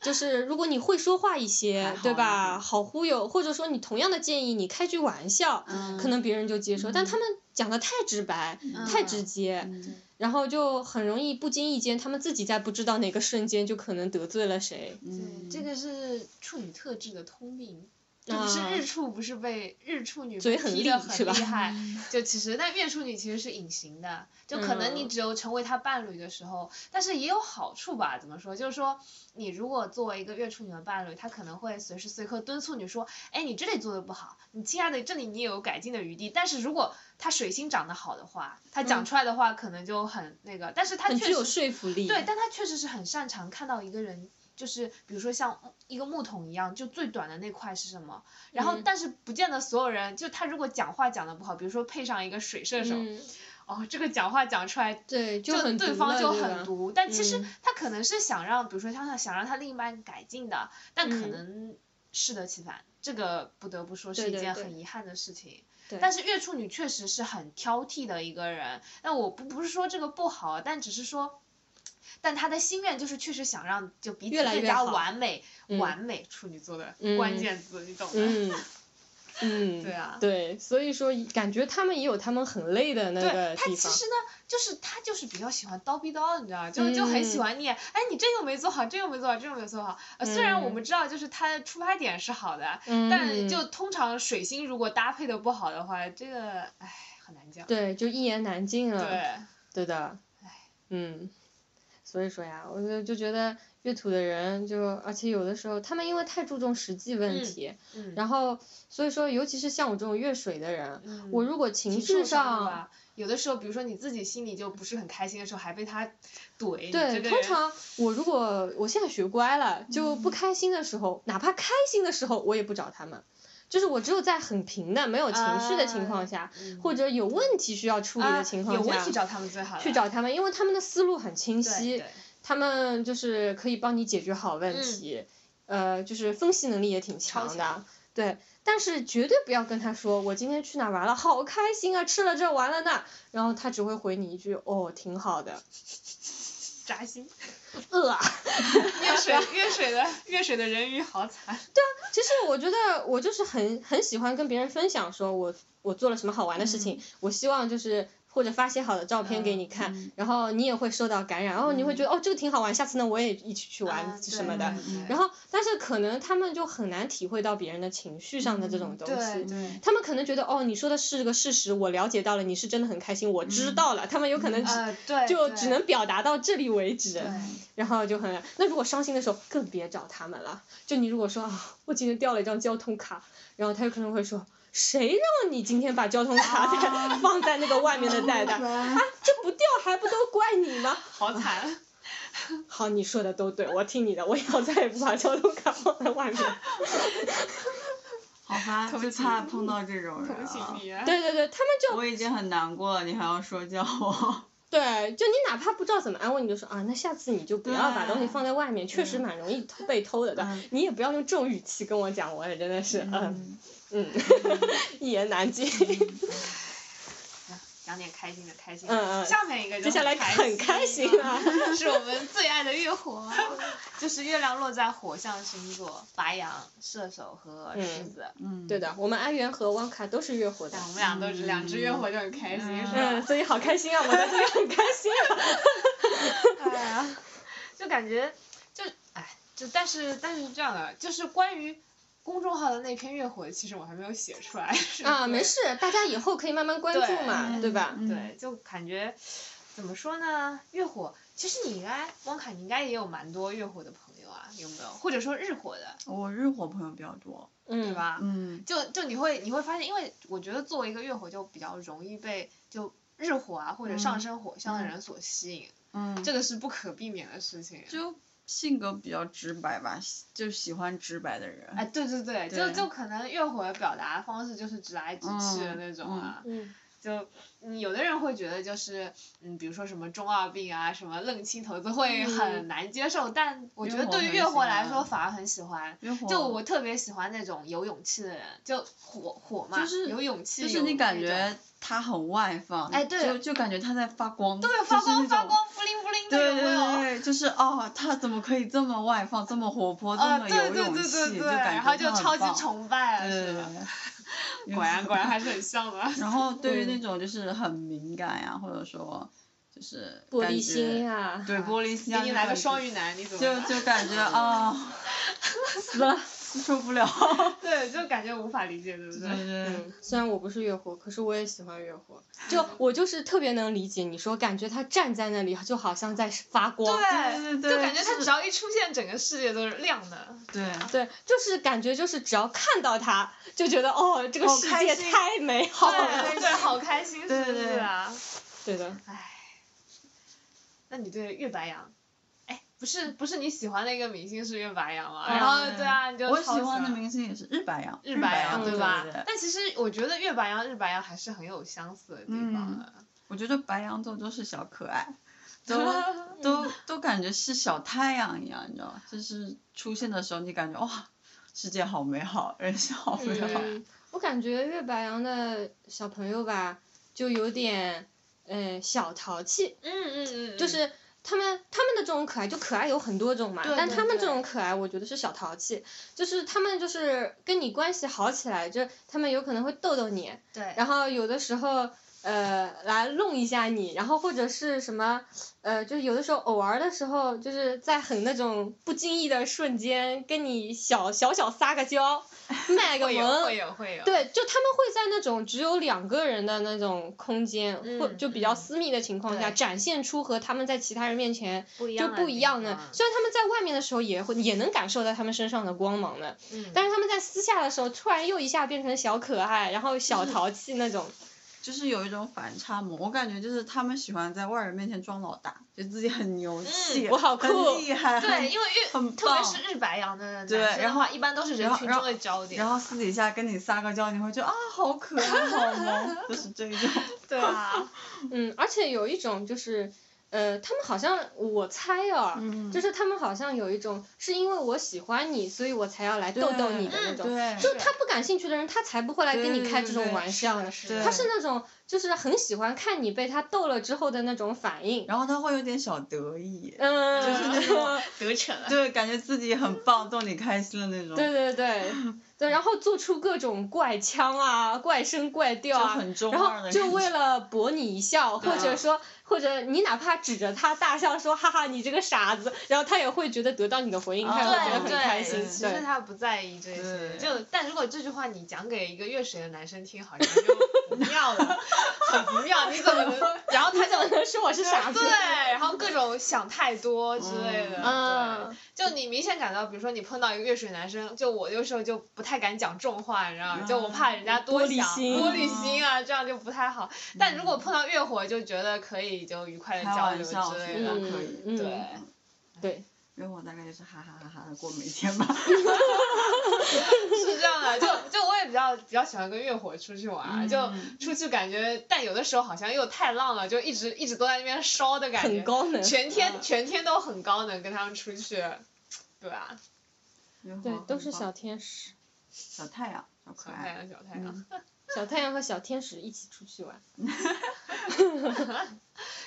A: 就是如果你会说话一些
B: 还，好
A: 对
B: 一
A: 吧？
B: 点
A: 好忽悠，或者说你同样的建议，你开句玩笑，
B: 嗯
A: 可能别人就接受，但他们讲的太直白，太直
C: 嗯
A: 接，
B: 嗯
A: 然后就很容易不经意间，他们自己在不知道哪个瞬间就可能得罪了谁。
C: 对，
B: 嗯，
C: 这个是处女特质的通病。就
A: 啊
C: 不是日处，不是被日处女
A: 嘴很
C: 批
A: 利
C: 的
A: 是
C: 很
A: 吧 <laughs>
C: 厉害，
D: 嗯
C: 就其实但月处女其实是隐形的，就可能你
A: 嗯
C: 只有成为她伴侣的时候，但是也有好处吧？怎么说？就是说你如果作为一个月处女的伴侣，他可能会随时随刻敦促你说，哎，你这里做的不好，你亲爱的，这里你也有改进的余地。但是如果他水星长得好的话，他讲出来的话可能就很那个，但是
A: 嗯
C: 他
A: 很
C: 确
A: 具有
C: 实
A: 说服力。
C: 对，但他确实是很擅长看到一个人，就是比如说像木一个木桶一样，就最短的那块是什么。然后，
A: 嗯
C: 但是不见得所有人，就他如果讲话讲的不好，比如说配上一个水射手，
A: 嗯，
C: 哦，这个讲话讲出来。
A: 对，就
C: 就
A: 很
C: 对
A: 毒
C: 方
A: 了
C: 就
A: 对
C: 很
A: 吧
C: 毒，但其实
A: 嗯
C: 他可能是想让，比如说他想让他另一半改进的，但可
A: 嗯
C: 能适得其反，这个不得不说
A: 对
C: 是一
A: 对
C: 件
A: 对
C: 很遗憾的事情。
A: 对
C: 但是月处女确实是很挑剔的一个人，那我不不是说这个不好，但只是说，但他的心愿就是确实想让就彼此
A: 越来
C: 更
A: 越
C: 加
A: 好
C: 完美，
A: 嗯
C: 完美处女座的
A: 嗯
C: 关键字，你懂的。
A: 嗯，嗯，
C: <laughs> 对啊
A: 对，所以说感觉他们也有他们很累的那
C: 对
A: 个
C: 他
A: 地
C: 其
A: 方，
C: 实呢，就是他就是比较喜欢叨逼叨，你知道吗？就就很
A: 嗯
C: 喜欢念，哎，你这个没做好，这个没做好，这个没做好。呃，虽然我们知道就是他的出发点是好的，但
A: 嗯
C: 就通常水星如果搭配的不好的话，这个唉很难讲。
A: 对，就一言难尽了，
C: 对，
A: 对的，嗯，所以说呀，我就就觉得乐土的人就，而且有的时候他们因为太注重实际问
C: 嗯
A: 题，
C: 嗯。
A: 然后所以说，尤其是像我这种越水的人，
C: 嗯
A: 我如果情
C: 挺受
A: 绪
C: 伤的
A: 上，
C: 吧。有的时候，比如说你自己心里就不是很开心的时候，还被他怼，你
A: 对，
C: 这个
A: 通
C: 人
A: 常我如果我现在学乖了，就
C: 嗯
A: 不开心的时候，哪怕开心的时候，我也不找他们。就是我只有在很平的、没有情绪的情况下，
C: 嗯
A: 或者有问题需要处理的
C: 啊
A: 情况
C: 有
A: 下，
C: 问题找他们最好了
A: 去找他们，因为他们的思路很清
C: 对
A: 晰，
C: 对
A: 他们就是可以帮你解决好问题，呃，就是分析能力也挺强的，
C: 嗯超强
A: 对。但是绝对不要跟他说我今天去哪儿玩了，好开心啊，吃了这玩了那，然后他只会回你一句哦，挺好的。
B: 扎心。
A: 饿啊！
B: <laughs> 越水越水的越水的人鱼好惨。
A: 其实我觉得我就是很很喜欢跟别人分享，说我我做了什么好玩的事
C: 嗯
A: 情，我希望就是或者发些好的照片给你看，
C: 嗯
A: 然后你也会受到感染，然后你会觉得、哦这个挺好玩，下次呢我也一起去玩
C: 啊
A: 什么
C: 对
A: 的。
B: 嗯
A: 然后，但是可能他们就很难体会到别人的情绪上的这种东西。
C: 嗯对
B: 对，
A: 他们可能觉得哦，你说的是个事实，我了解到了，你是真的很开心，我知道了。他们有可能只、
C: 嗯呃，对，
A: 就
C: 对
A: 只能表达到这里为止，
C: 对
A: 然后就很那如果伤心的时候更别找他们了。就你如果说啊，我今天掉了一张交通卡，然后他有可能会说，谁让你今天把交通卡在、 <laughs> 放在那个外面的袋
D: 哎 <laughs>
A: 袋啊，这不掉还不都怪你吗？
B: 好惨。
A: 好，你说的都对，我听你的，我以后再也不把交通卡 <laughs> 放在外面。
D: 好吧，
B: 同
D: 最
B: 情
D: 怕碰到这种人
B: 恭喜
D: 了。
B: 你啊！
A: 对对对，他们就
D: 我已经很难过了，你还要说教我？
A: 对，就你哪怕不知道怎么安慰，你就说啊，那下次你就不要把东西放在外面，确实蛮容易偷被偷的，对吧你也不要用这种语气跟我讲，我也真的是，嗯嗯， <laughs> 一言难尽。嗯
B: 讲点开心的，开心的。
A: 嗯嗯
B: 下面一个就
A: 接下来很开心啊
B: 是我们最爱的月火，就是月亮落在火象星座，白羊、射手和狮子。
D: 嗯，
A: 对的，我们安源和汪卡都是月火的
B: 但。
C: 哎
B: 我们俩都是两只月火就很开心，是吧？
A: 嗯，所以好开心啊！我在这里很开心啊。
C: <laughs>
B: 对啊，
C: 哎就感觉就哎，就但是但是是这样的，就是关于公众号的那篇月火，其实我还没有写出来。
A: <laughs>
C: 是
A: 啊，
C: 对
A: 没事，大家以后可以慢慢关注嘛，对嗯吧？
C: 对，就感觉怎么说呢？月火，其实你应该，汪凯，你应该也有蛮多月火的朋友啊，有没有？或者说日火的，
D: 我日火朋友比较多。
A: 嗯
C: 对，吧？
D: 嗯，
C: 就就你会你会发现，因为我觉得作为一个月火，就比较容易被就日火啊或者
A: 嗯
C: 上升火象的人所吸引，
D: 嗯，
C: 这个是不可避免的事情。
D: 就性格比较直白吧，喜就喜欢直白的人。
C: 哎，对对对，就
D: 对
C: 就可能月火的表达方式就是直来直去的那种啊，
A: 嗯，
C: 就嗯有的人会觉得就是嗯，比如说什么中二病啊，什么愣青头子会很难接受，但我觉得对于月
D: 月火嗯
C: 火
D: 很喜欢
C: 来说反而很喜欢。
D: 月火
C: 就我特别喜欢那种有勇气的人，就火火嘛，
D: 就是
C: 有勇气，
D: 就是
C: 有
D: 你感
C: 那种
D: 觉他很外放，
C: 哎对
D: 就就感觉他在发光，对
C: 对发光发光，不灵不灵的，
D: 对
C: 有没
D: 对
C: 有？
D: 对，就是哦，他怎么可以这么外放，这么活泼，这
C: 啊， <laughs>
D: 么
C: 对
D: 有
C: 对
D: 勇
C: 对
D: 气，
C: 对对，
D: 感觉
C: 然后就
D: 他很
C: 超级
D: 棒，
C: 崇拜了，
D: 对对
C: 是
D: 对
C: 吧？。
D: 对
C: 果然果然还是很像的。
D: 然后对于
A: 嗯
D: 那种就是很敏感呀、或者说就是
A: 玻
D: 感
A: 璃
D: 觉
A: 心呀
D: 对玻璃心
C: 给
D: 啊，
C: 你
D: 就
C: 来个
D: 感觉
C: 双鱼男，你怎么
D: 就
C: 办
D: 就感觉啊、
C: <laughs>
D: 死了，受不了。
C: 对，就感觉无法理解，对不
D: 对
C: 对？
D: 对
A: 嗯，虽然我不是月火，可是我也喜欢月火。就我就是特别能理解你说，感觉他站在那里就好像在发光。
D: 对对对
C: 就感觉他
D: 是
C: 只要一出现，整个世界都是亮的。
D: 对，
A: 对，就是感觉就是只要看到他，就觉得哦，这个
D: 好
A: 世
D: 开
A: 界
D: 心
A: 太美好
C: 对
A: 了。
C: 对，好开心，是
D: 对
C: 不
D: 对
C: 是啊？
A: 对的，
C: 那你对月白羊，哎，不是不是你喜欢那个明星是月白羊吗？
A: 嗯
C: 然后对啊，你就
D: 哦我喜
C: 超
D: 欢的
C: 欢
D: 明星也是日白羊，
C: 日
D: 白
C: 羊
A: 日白羊
D: 对
C: 吧
D: 对对？
C: 但其实我觉得月白羊、日白羊还是很有相似的地方的。
D: 我觉得白羊座都是小可爱，
C: <laughs>
D: 都都都感觉是小太阳一样，你知道吗？就是出现的时候，你感觉哇，世界好美好，人生好美好。
A: 嗯， <laughs> 我感觉月白羊的小朋友吧，就有点嗯、呃小淘气，
C: 嗯嗯嗯，
A: 就
C: 就是
A: 他们他们的这种可爱，就可爱有很多种嘛，
C: 对
A: 但
C: 对
A: 他们
C: 对
A: 这种可爱，我觉得是小淘气，就是他们就是跟你关系好起来，就他们有可能会逗逗你，
C: 对，
A: 然后有的时候呃来弄一下你，然后或者是什么呃，就是有的时候偶尔的时候，就是在很那种不经意的瞬间跟你小小小撒个
C: <laughs>
A: 娇，卖个
C: 会有会
A: 萌。
C: 有会有，
A: 对，就他们会在那种只有两个人的那种空间，或
C: 嗯
A: 就比较
C: 嗯
A: 私密的情况下，
C: 对
A: 展现出和他们在其他人面前
C: 不一
A: 就
C: 样嗯
A: 不一样的
C: 的。地
A: 虽然他们在外面的时候也会也能感受到他们身上的光芒的，
C: 方，嗯
A: 但是他们在私下的时候，突然又一下变成小可爱，然后小淘气那种。
D: 就是有一种反差萌，我感觉就是他们喜欢在外人面前装老大，就自己很
C: 嗯
D: 牛气，
A: 我好酷
D: 很厉害，
C: 对，
D: 很
C: 因为日
D: 很
C: 特别
D: 棒
C: 是日白羊的男
D: 对
C: 生的
D: 然
C: 话，
D: 后
C: 一般都是人
D: 然后
C: 群
D: 然
C: 中
D: 后
C: 的焦点
D: 然。后私底下跟你撒个娇，你会觉得啊，好可爱，好萌，就是这种。
C: 对啊，
A: 嗯，而且有一种就是，呃，他们好像我猜啊，
D: 嗯
A: 就是他们好像有一种是因为我喜欢你，所以我才要来逗逗你的那种。
D: 对，
A: 就他不感兴趣的人，他才不会来跟你
D: 对
A: 开这
D: 对
A: 种
D: 对
A: 玩笑呢。
C: 是
D: 的
A: 他
D: 是
A: 是那种就是很喜欢看你被他逗了之后的那种反应。
D: 然后他会有点小得意，
A: 嗯，
B: 就是那种得逞了。
D: 对，感觉自己很
C: <laughs>
D: 棒，逗你开心的那种，
A: 对对对对，然后做出各种怪腔啊、怪声怪调
D: 就
A: 啊，
D: 很中
A: 然
D: 二
A: 后
D: 的
A: 就
D: 感
A: 为
D: 觉
A: 了博你一笑，或者
D: 啊
A: 说，或者你哪怕指着他大笑说“哈哈，你这个傻子”，然后他也会觉得得到你的回应，他也会觉
D: 啊
A: 得
B: 对
A: 很开心
B: 对，。
C: 哦其实
A: 对，
C: 他不在意这些，
D: 对
C: 就但如果这句话你讲给一个越水的男生听，好像就不妙
B: <laughs>
C: 了，很不妙。你怎么能？然后他
A: 怎么
C: 就
A: 能说我是傻子？
C: 对，然后各种想太多之类的，
A: 嗯
C: 对，就你明显感到，比如说你碰到一个越水男生，就我有时候就不太敢讲重话，你知道吗？就我怕人家多
A: 玻璃
C: 想，
A: 心
C: 玻璃心啊，这样就不太好。但如果碰到越火，就觉得可以就愉快的
D: 开
C: 交
D: 玩
C: 流
D: 笑
C: 之类
D: 是
C: 的
D: 吧，
A: 嗯
D: 可以
A: 嗯，
C: 对。
D: 因为我大概就是哈哈哈哈的过每天吧。
C: <laughs> 是这样的，就就我也比较比较喜欢跟月火出去玩儿， <laughs> 就
D: 嗯
C: 出去感觉，但有的时候好像又太浪了，就一直一直都在那边烧的感觉，
A: 很 <laughs> 高能。嗯
C: 全天、全天都很高能跟他们出去，对啊吧？
A: 对
D: 对，
A: 都是小天使，
D: 嗯小太阳，小可
C: 小太
D: 爱。
C: 阳，小太阳。
D: 嗯
A: 小太阳和小天使一起出去玩。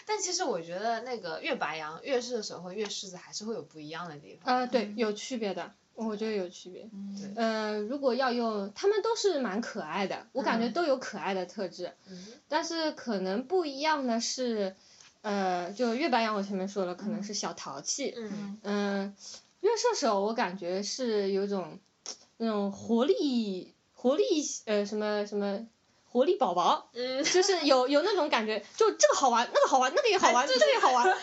C: 但其实我觉得那个越白羊、越射手和越狮子还是会有不一样的地方。
A: 啊，对，有区别的，我觉得有区别。
D: 嗯
A: 呃，如果要用，他们都是蛮可爱的，我感觉都有可爱的特质，
C: 嗯
A: 但是可能不一样的是，呃，就月白羊我前面说了，可能是小淘气，
C: 嗯
A: 嗯、月射手我感觉是有一种那种活力活力呃什么什么活力宝宝，
C: 嗯，
A: 就是有有那种感觉，就这个好玩，那个好玩，那个也好
C: 哎
A: 玩，这个也好玩，然后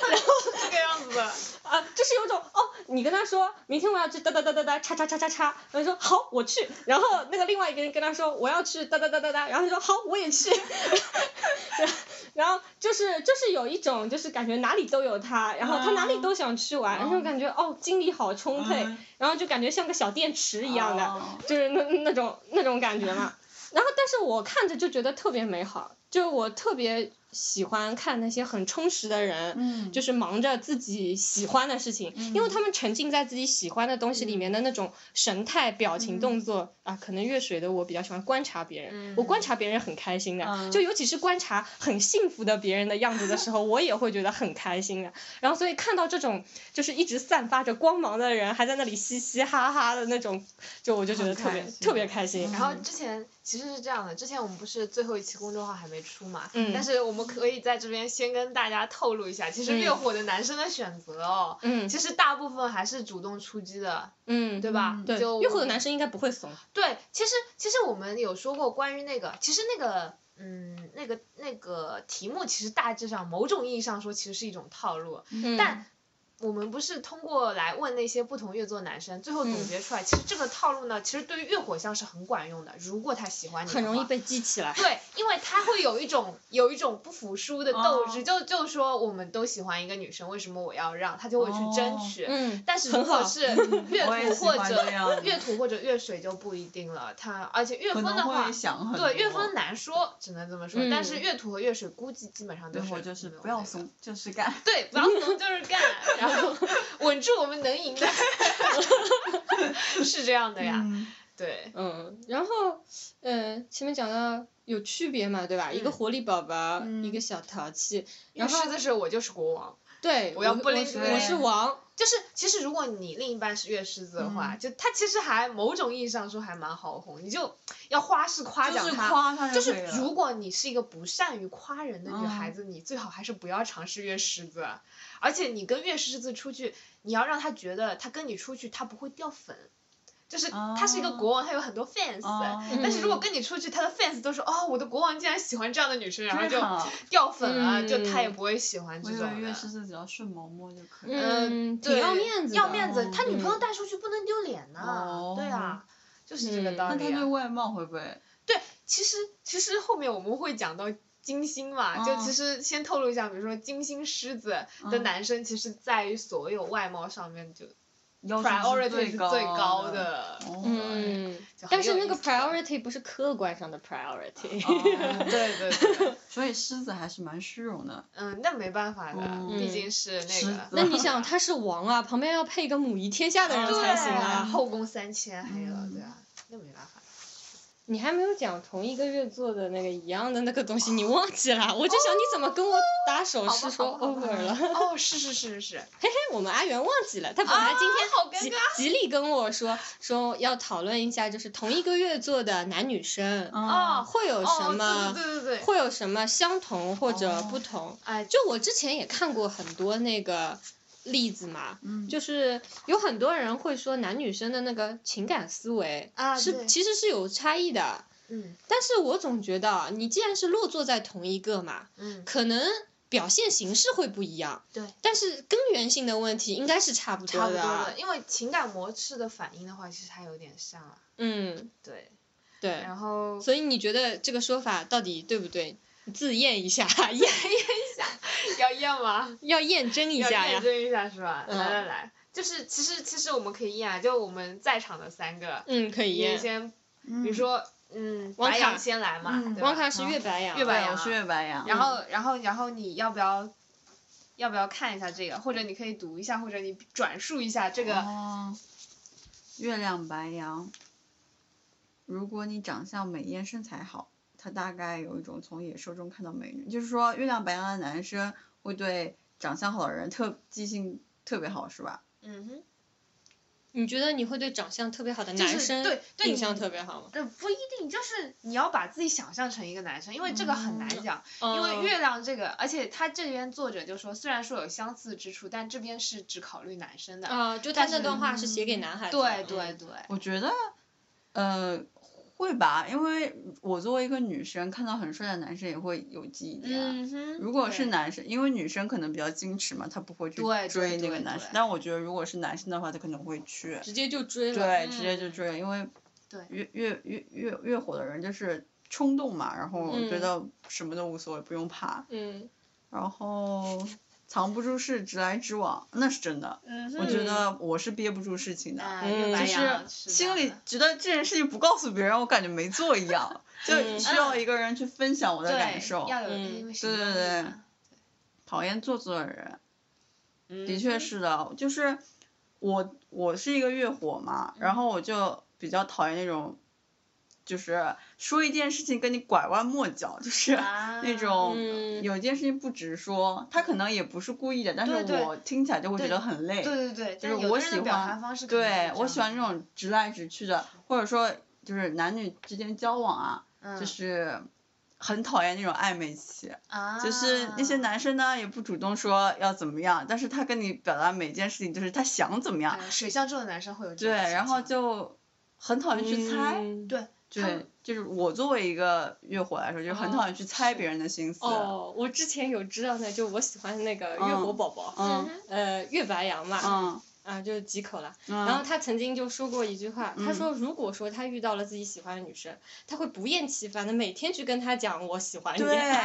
C: 这个样子的。
A: 啊，就是有种哦，你跟他说明天我要去哒哒哒哒哒叉叉叉叉叉，然后你说好我去，然后那个另外一个人跟他说我要去哒哒哒哒哒，然后他说好我也去， <laughs> 然后就是就是有一种就是感觉哪里都有他，然后他哪里都想去玩，然后感觉哦精力好充沛，
D: 嗯
A: 然后就感觉像个小电池一样的，
D: 哦
A: 就是那那种那种感觉嘛。然后，但是我看着就觉得特别美好，就是我特别喜欢看那些很充实的人，
D: 嗯，
A: 就是忙着自己喜欢的事情，因为他们沉浸在自己喜欢的东西里面的
D: 嗯
A: 那种神态、表情、动作啊，可能越水的我比较喜欢观察别人，我观察别人很开心的，
D: 嗯
A: 就尤其是观察很幸福的别人的样子的时候，我也会觉得很开心的。然后所以看到这种就是一直散发着光芒的人，还在那里嘻嘻哈哈的那种，就我就觉得特别
D: 很开心嗯
A: 特别开心。
C: 然后之前其实是这样的，之前我们不是最后一期公众号还没出嘛，
A: 嗯
C: 但是我们可以在这边先跟大家透露一下，其实越
A: 嗯
C: 火的男生的选择哦，
A: 嗯
C: 其实大部分还是主动出击的，
A: 嗯，
C: 对吧？
D: 嗯
A: 对，
C: 就
A: 越火的男生应该不会怂。
C: 对，其实其实我们有说过关于那个，其实那个。嗯，那个那个题目其实大致上某种意义上说，其实是一种套路。
A: 嗯
C: 但我们不是通过来问那些不同月座男生，最后总
A: 嗯
C: 结出来，其实这个套路呢，其实对于月火象是很管用的。如果他喜欢你的话，
A: 很容易被激起来。
C: 对，哎因为他会有一种有一种不服输的斗志，
D: 哦
C: 就就说我们都喜欢一个女生，为什么我要让？他就会去争取。
A: 嗯，
C: 但是如
A: 很
C: 果
A: 好
C: 是月
D: 嗯我也
C: 土
D: 喜
C: 或
D: 欢
C: 者
D: 这样
C: 月土或者月水就不一定了，他而且月
D: 可
C: 风
D: 能
C: 的话
D: 会，想很多。
C: 对月风难说，只能这么说。但是
A: 嗯
C: 月土和月水估计基本上都
D: 对，
C: 是
D: 我就是
C: 没有
D: 不要
C: 那个，
D: 怂，就是干。
C: 对，不要怂就是干，然后
D: <laughs>
C: 稳住我们能赢的， <laughs> 是这样的呀，
D: 嗯
C: 对，
A: 嗯，然后，呃，前面讲到有区别嘛，对吧？一个活力宝宝，一个小淘气。
C: 嗯因
A: 然
C: 为
A: 后
C: 狮子是我就是国王。
A: 对，
C: 我要不
A: 我
C: 灵
A: 是
D: 对
A: 我是王，
C: 就是其实如果你另一半是月狮子的
D: 嗯
C: 话，就他其实还某种意义上说还蛮好哄，你就要花式夸
D: 就
C: 奖
D: 是
C: 他。
D: 夸他
C: 就
D: 可以
C: 是
D: 了嗯
C: 如果你是一个不善于夸人的女孩子，你最好还是不要尝试月狮子，而且你跟月狮子出去，你要让他觉得他跟你出去他不会掉粉，就是他是一个
D: 哦
C: 国王，他有很多 fans，、
D: 哦
C: 但是如果跟你出去，他的 fans 都说哦我的国王竟然喜欢这样的女生，然后
D: 真
C: 就
D: 好。
C: 掉粉了，
A: 嗯
C: 就他也不会喜欢
D: 我
C: 这
D: 以
C: 种
D: 为
C: 的
D: 月。狮子只要顺毛摸就可以了。
A: 嗯，挺
C: 对
A: 要面子的，嗯
C: 要面子，
D: 哦
C: 他女朋友带出去不能丢脸呐、
D: 哦
C: 对啊，就是这个
A: 嗯
C: 道
D: 那
C: 理、
D: 他
C: 啊。
D: 对外貌会不会？
C: 其实其实后面我们会讲到金星嘛，就
D: 哦
C: 其实先透露一下，比如说金星狮子的
D: 嗯
C: 男生，其实在于所有外貌上面就
D: 要最
C: priority 是最高
D: 的。
C: 的。
D: 哦
A: 嗯，
C: 就很
A: 但是
C: 有
A: 那
C: 意
A: 个
C: 思的
A: priority 不是客观上的 priority，、
D: 哦
C: 对对对，
D: 所以狮子还是蛮虚荣的。
C: 嗯，那没办法的，
D: 嗯
C: 毕竟是那
D: 狮
C: 个
D: 子。
A: <laughs> 那 <laughs> 你想他是王啊，旁边要配一
C: 哦
A: 个母仪天下的人
D: 对
A: 才行
C: 啊，
A: 啊。
C: 后宫三千，还有对啊，那没办法。
A: 你还没有讲同一个月做的那个一样的那个东西，你忘记了？我就想你怎么跟我打手势说 over 了？
C: 哦，是是是是是，
A: 嘿嘿，我们阿元忘记了，他本
C: 啊
A: 来今天极、极力跟我说说要讨论一下，就是同一个月做的男女生、
D: 哦，
A: 会有什么、
C: 嗯哦，对对对对对，
A: 会有什么相同或者不同。
C: 哎，
A: 就我之前也看过很多那个例子嘛，
D: 嗯，
A: 就是有很多人会说男女生的那个情感思维
C: 啊
A: 是
C: 对
A: 其实是有差异的，
C: 嗯
A: 但是我总觉得啊你既然是落座在同一个嘛，
C: 嗯，
A: 可能表现形式会不一样，
C: 对，
A: 但是根源性的问题应该是差不多
C: 差不
A: 的，
C: 多的，因为情感模式的反应的话，其实还有点像啊，
A: 嗯，
C: 对，
A: 对，
C: 然后
A: 所以你觉得这个说法到底对不对？你自验一下，
C: <laughs>
A: 验
C: 要验吗？
A: <laughs> 要验证一
C: 要
A: 下呀
C: 验，证一下是吧？
A: 嗯
C: 来来来，就是其实其实我们可以验啊，就我们在场的三个，
A: 嗯，可以
C: 你
A: 验。
C: 先，
D: 比
C: 比如，说嗯，
A: 汪
C: 白
A: 卡
C: 羊先来嘛，
D: 嗯
C: 对吧
A: 汪卡是月白哎羊，
C: 月白
D: 对，
C: 羊
D: 我是月白羊，
C: 然后，然后，然后你要不要，要不要看一下这个？或者你可以读一下，或者你转述一下这个。
D: 哦，月亮白羊，如果你长相美艳、身材好，他大概有一种从野兽中看到美女，就是说月亮白羊的男生会对长相好的人特记性特别好，是吧？
C: 嗯哼。
A: 你觉得你会对长相特别好的
C: 就
A: 男
C: 是
A: 生
C: 对对
A: 印
C: 你
A: 象特别好吗？
C: 呃，不一定，就是你要把自己想象成一个男生，因为这个很难讲。因为
A: 嗯
C: 月亮这个，而且他这边作者就说，虽然说有相似之处，但这边是只考虑男生的。
D: 嗯
A: 啊，就他
C: 但
A: 那
C: 是
A: 段话是写给男孩子的。
C: 对
A: 嗯
C: 对对，
D: 我觉得，呃，会吧，因为我作为一个女生，看到很帅的男生也会有记忆点啊。
C: 嗯哼
D: 如果是
C: 对
D: 男生，因为女生可能比较矜持嘛，她不会去
C: 对对
D: 追那
C: 对
D: 个男生
C: 对。
D: 但我觉得如果是男生的话，他可能会去。
A: 直接就追了。
D: 对，直接
C: 嗯
D: 就追了，因为
C: 对
D: 越越越越越火的人就是冲动嘛，然后我觉
A: 嗯
D: 得什么都无所谓，不用怕，
A: 嗯，
D: 然后藏不住事，直来直往，那是真的。
C: 嗯
D: 我
C: 哼，
D: 觉得我是憋不住事情的，
C: 哎
A: 嗯
C: 月白
D: 就
C: 羊
D: 是心里觉得这件事情不告诉别人，我感觉没做一
C: <laughs>
D: 样，就
A: 嗯
D: 需要一个人去分享我
C: 对
D: 的感受。
C: 哎要有
A: 嗯
C: 因为行动
D: 对对
C: 力
D: 对
C: 嘛
D: 讨厌做作的人，
C: 嗯
D: 的确
C: 哼
D: 是的，就是我我是一个月火嘛，
C: 嗯
D: 然后我就比较讨厌那种，就是说一件事情跟你拐弯抹角，就是
C: 啊
D: 那种
A: 嗯
D: 有一件事情不直说，他可能也不是故意的，但
C: 对
D: 是
C: 对
D: 我听起来就会觉
C: 对
D: 得很累。
C: 对对对，
D: 就
C: 但
D: 是
C: 有
D: 我
C: 的人
D: 喜
C: 的表
D: 欢
C: 达方式可能是
D: 对
C: 这
D: 我
C: 样
D: 喜欢
C: 子
D: 这种直来直去的，或者说就是男女之间交往啊，
C: 嗯
D: 就是很讨厌那种暧昧期。
C: 啊，
D: 就是那些男生呢，也不主动说要怎么样，但是他跟你表达每件事情，就是他想怎么样，
C: 对水象座的男生会有这
D: 对，
C: 种情啊
D: 然后
C: 况
D: 就很讨厌去猜，
A: 嗯
C: 对他
D: <laughs> 对
C: 们，
D: 就是我作为一个月火来说，就是很讨厌去猜
A: 是
D: 别人的心思，
A: 哦，我之前有知道的，就我喜欢那个月火宝宝，
D: 嗯
A: 呃，月白羊嘛，
D: 嗯
A: 啊，就是几口了。
D: 嗯，
A: 然后他曾经就说过一句话，他说如果说他遇到了自己喜欢的女生，他会不厌其烦的每天去跟她讲我喜欢你，。
D: 对
C: 啊，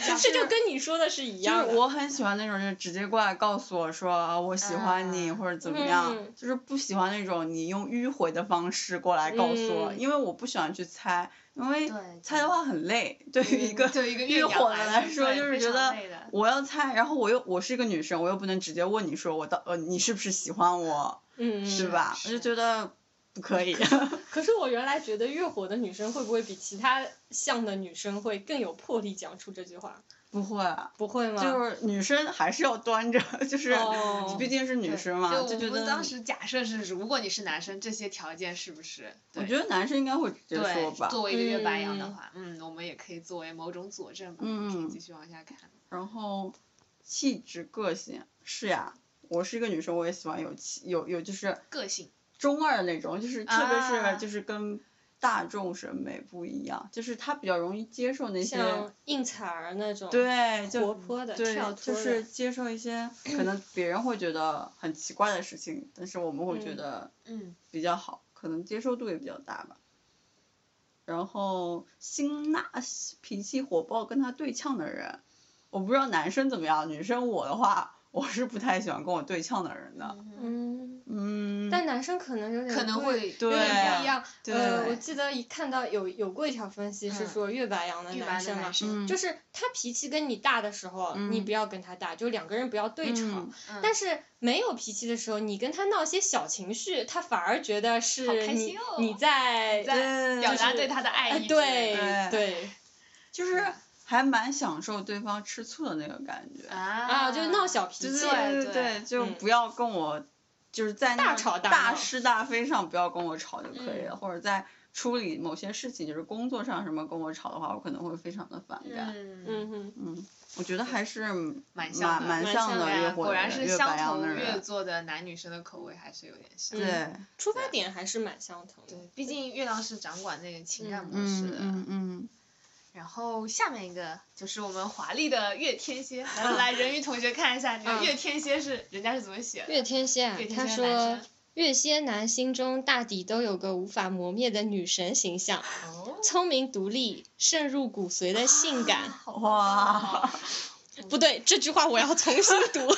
C: 就
A: <laughs> 这就跟你说的是一
D: 就
A: 样的。
D: 是我很喜欢那种，就是直接过来告诉我说啊我喜欢你、
C: 啊
D: 或者怎么样，
A: 嗯
D: 就是不喜欢那种你用迂回的方式过来告诉我，
A: 嗯
D: 因为我不喜欢去猜，因为
C: 对嗯
D: 猜的话很累，对于一个
C: 对一个
D: 越
C: 月
D: 火
C: 的
D: 的来说，就是觉得
C: 的
D: 我要猜，然后我又我是一个女生，我又不能直接问你说我到呃你是不是喜欢我，
A: 嗯，
D: 对吧？我
C: 是
D: 就觉得不可以。 <laughs>
A: 可是我原来觉得越火的女生会不会比其他像的女生会更有魄力讲出这句话？
D: 不会，
A: 不会吗？
D: 就是女生还是要端着，就是
A: 哦
D: 毕竟是女
C: 对
D: 生嘛，
C: 就
D: 就觉
C: 我们
D: 得
C: 当时假设是，如果你是男生，这些条件是不是？
D: 我
C: 对
D: 觉得男生应该会直接说
C: 对，
D: 吧。
C: 作为一个月白羊的
A: 嗯
C: 话，嗯，我们也可以作为某种佐证吧。
D: 嗯
C: 可以
D: 嗯
C: 继续往下看。
D: 然后气质、个性是呀，我是一个女生，我也喜欢有气有有就是
C: 个性，
D: 中二那种，就是特别
C: 啊
D: 是就是跟大众审美不一样，就是她比较容易接受那些。
A: 像应采儿那种，
D: 对，哎就
A: 活泼的、
D: 对
A: 跳，
D: 就
A: 脱的，
D: 是接受一
A: <clears throat>
D: 些可能别人会觉得很奇怪的事情，但是我们会觉
A: 嗯
D: 得
C: 嗯，
D: 比较好，可能接受度也比较大吧。然后辛辣、脾气火爆、跟他对呛的人，我不知道男生怎么样，女生我的话，我是不太喜欢跟我对呛的人的。
B: 嗯，
A: 嗯，
D: 嗯，
A: 但男生可能有点
B: 可能
A: 不
B: 会
A: 有点不一
D: 对
A: 样。呃，我
D: 对
A: 记得一看到有有过一条分析是
B: 嗯
A: 说越白羊的
B: 一般
A: 男
B: 的
A: 生嘛
B: 男，生，
D: 嗯
A: 就是他脾气跟你大的时候，你
D: 嗯
A: 不要跟他大，就两个人不要对吵。
D: 嗯
A: 但是没有脾气的时候，你跟他闹一些小情绪，他反而觉得是
B: 好开
A: 你
B: 心哦
A: 你在
D: 对
B: 表
A: 就
B: 达
A: 是
B: 对他的爱
A: 呃
B: 意之类的，
A: 对
D: 对
A: 对
D: 就是还蛮享受对方吃醋的那个感觉。
C: 嗯
A: 啊，
B: 啊
A: 就是闹小脾
D: 对
A: 气，
D: 对
B: 对
D: 对，就
A: 嗯
D: 不要跟我，就是在
A: 大
D: 那
A: 吵
D: 种
A: 大
D: 大
A: 闹
D: 是大非上不要跟我吵就可以了，
A: 嗯
D: 或者在处理某些事情，就是工作上什么跟我吵的话，我可能会非常的反感。
B: 嗯
A: 嗯哼，
D: 嗯，我觉得还是蛮
B: 像的
D: 蛮
A: 蛮
D: 像
A: 像的
D: 的
A: 呀
D: 越
B: 对啊
D: 火
B: 果
D: 的
B: 然
D: 人
B: 是
D: 越白
B: 相
D: 羊的
B: 同月
D: 人，
B: 座的男女生的口味还是有点像。
A: 嗯
D: 对，
A: 出发点还是蛮相同的。
B: 对，毕竟月亮是掌管那个情感
A: 嗯
B: 模式
D: 嗯
B: 的。
D: 嗯嗯，
B: 然后哦下面一个就是我们华丽的月天蝎，来来人鱼同学看一下你的
A: 嗯
B: 月天蝎是人家是怎么写的？
A: 月天蝎啊
B: 月，天
A: 他
B: 蝎男
A: 说
B: 生。
A: 月蝎男心中大抵都有个无法磨灭的女神形象，
B: 哦，
A: 聪明独立、渗入骨髓的性感。
B: 啊好棒
D: 哇
B: 哦，
A: 不对，这句话我要重新读。 <laughs>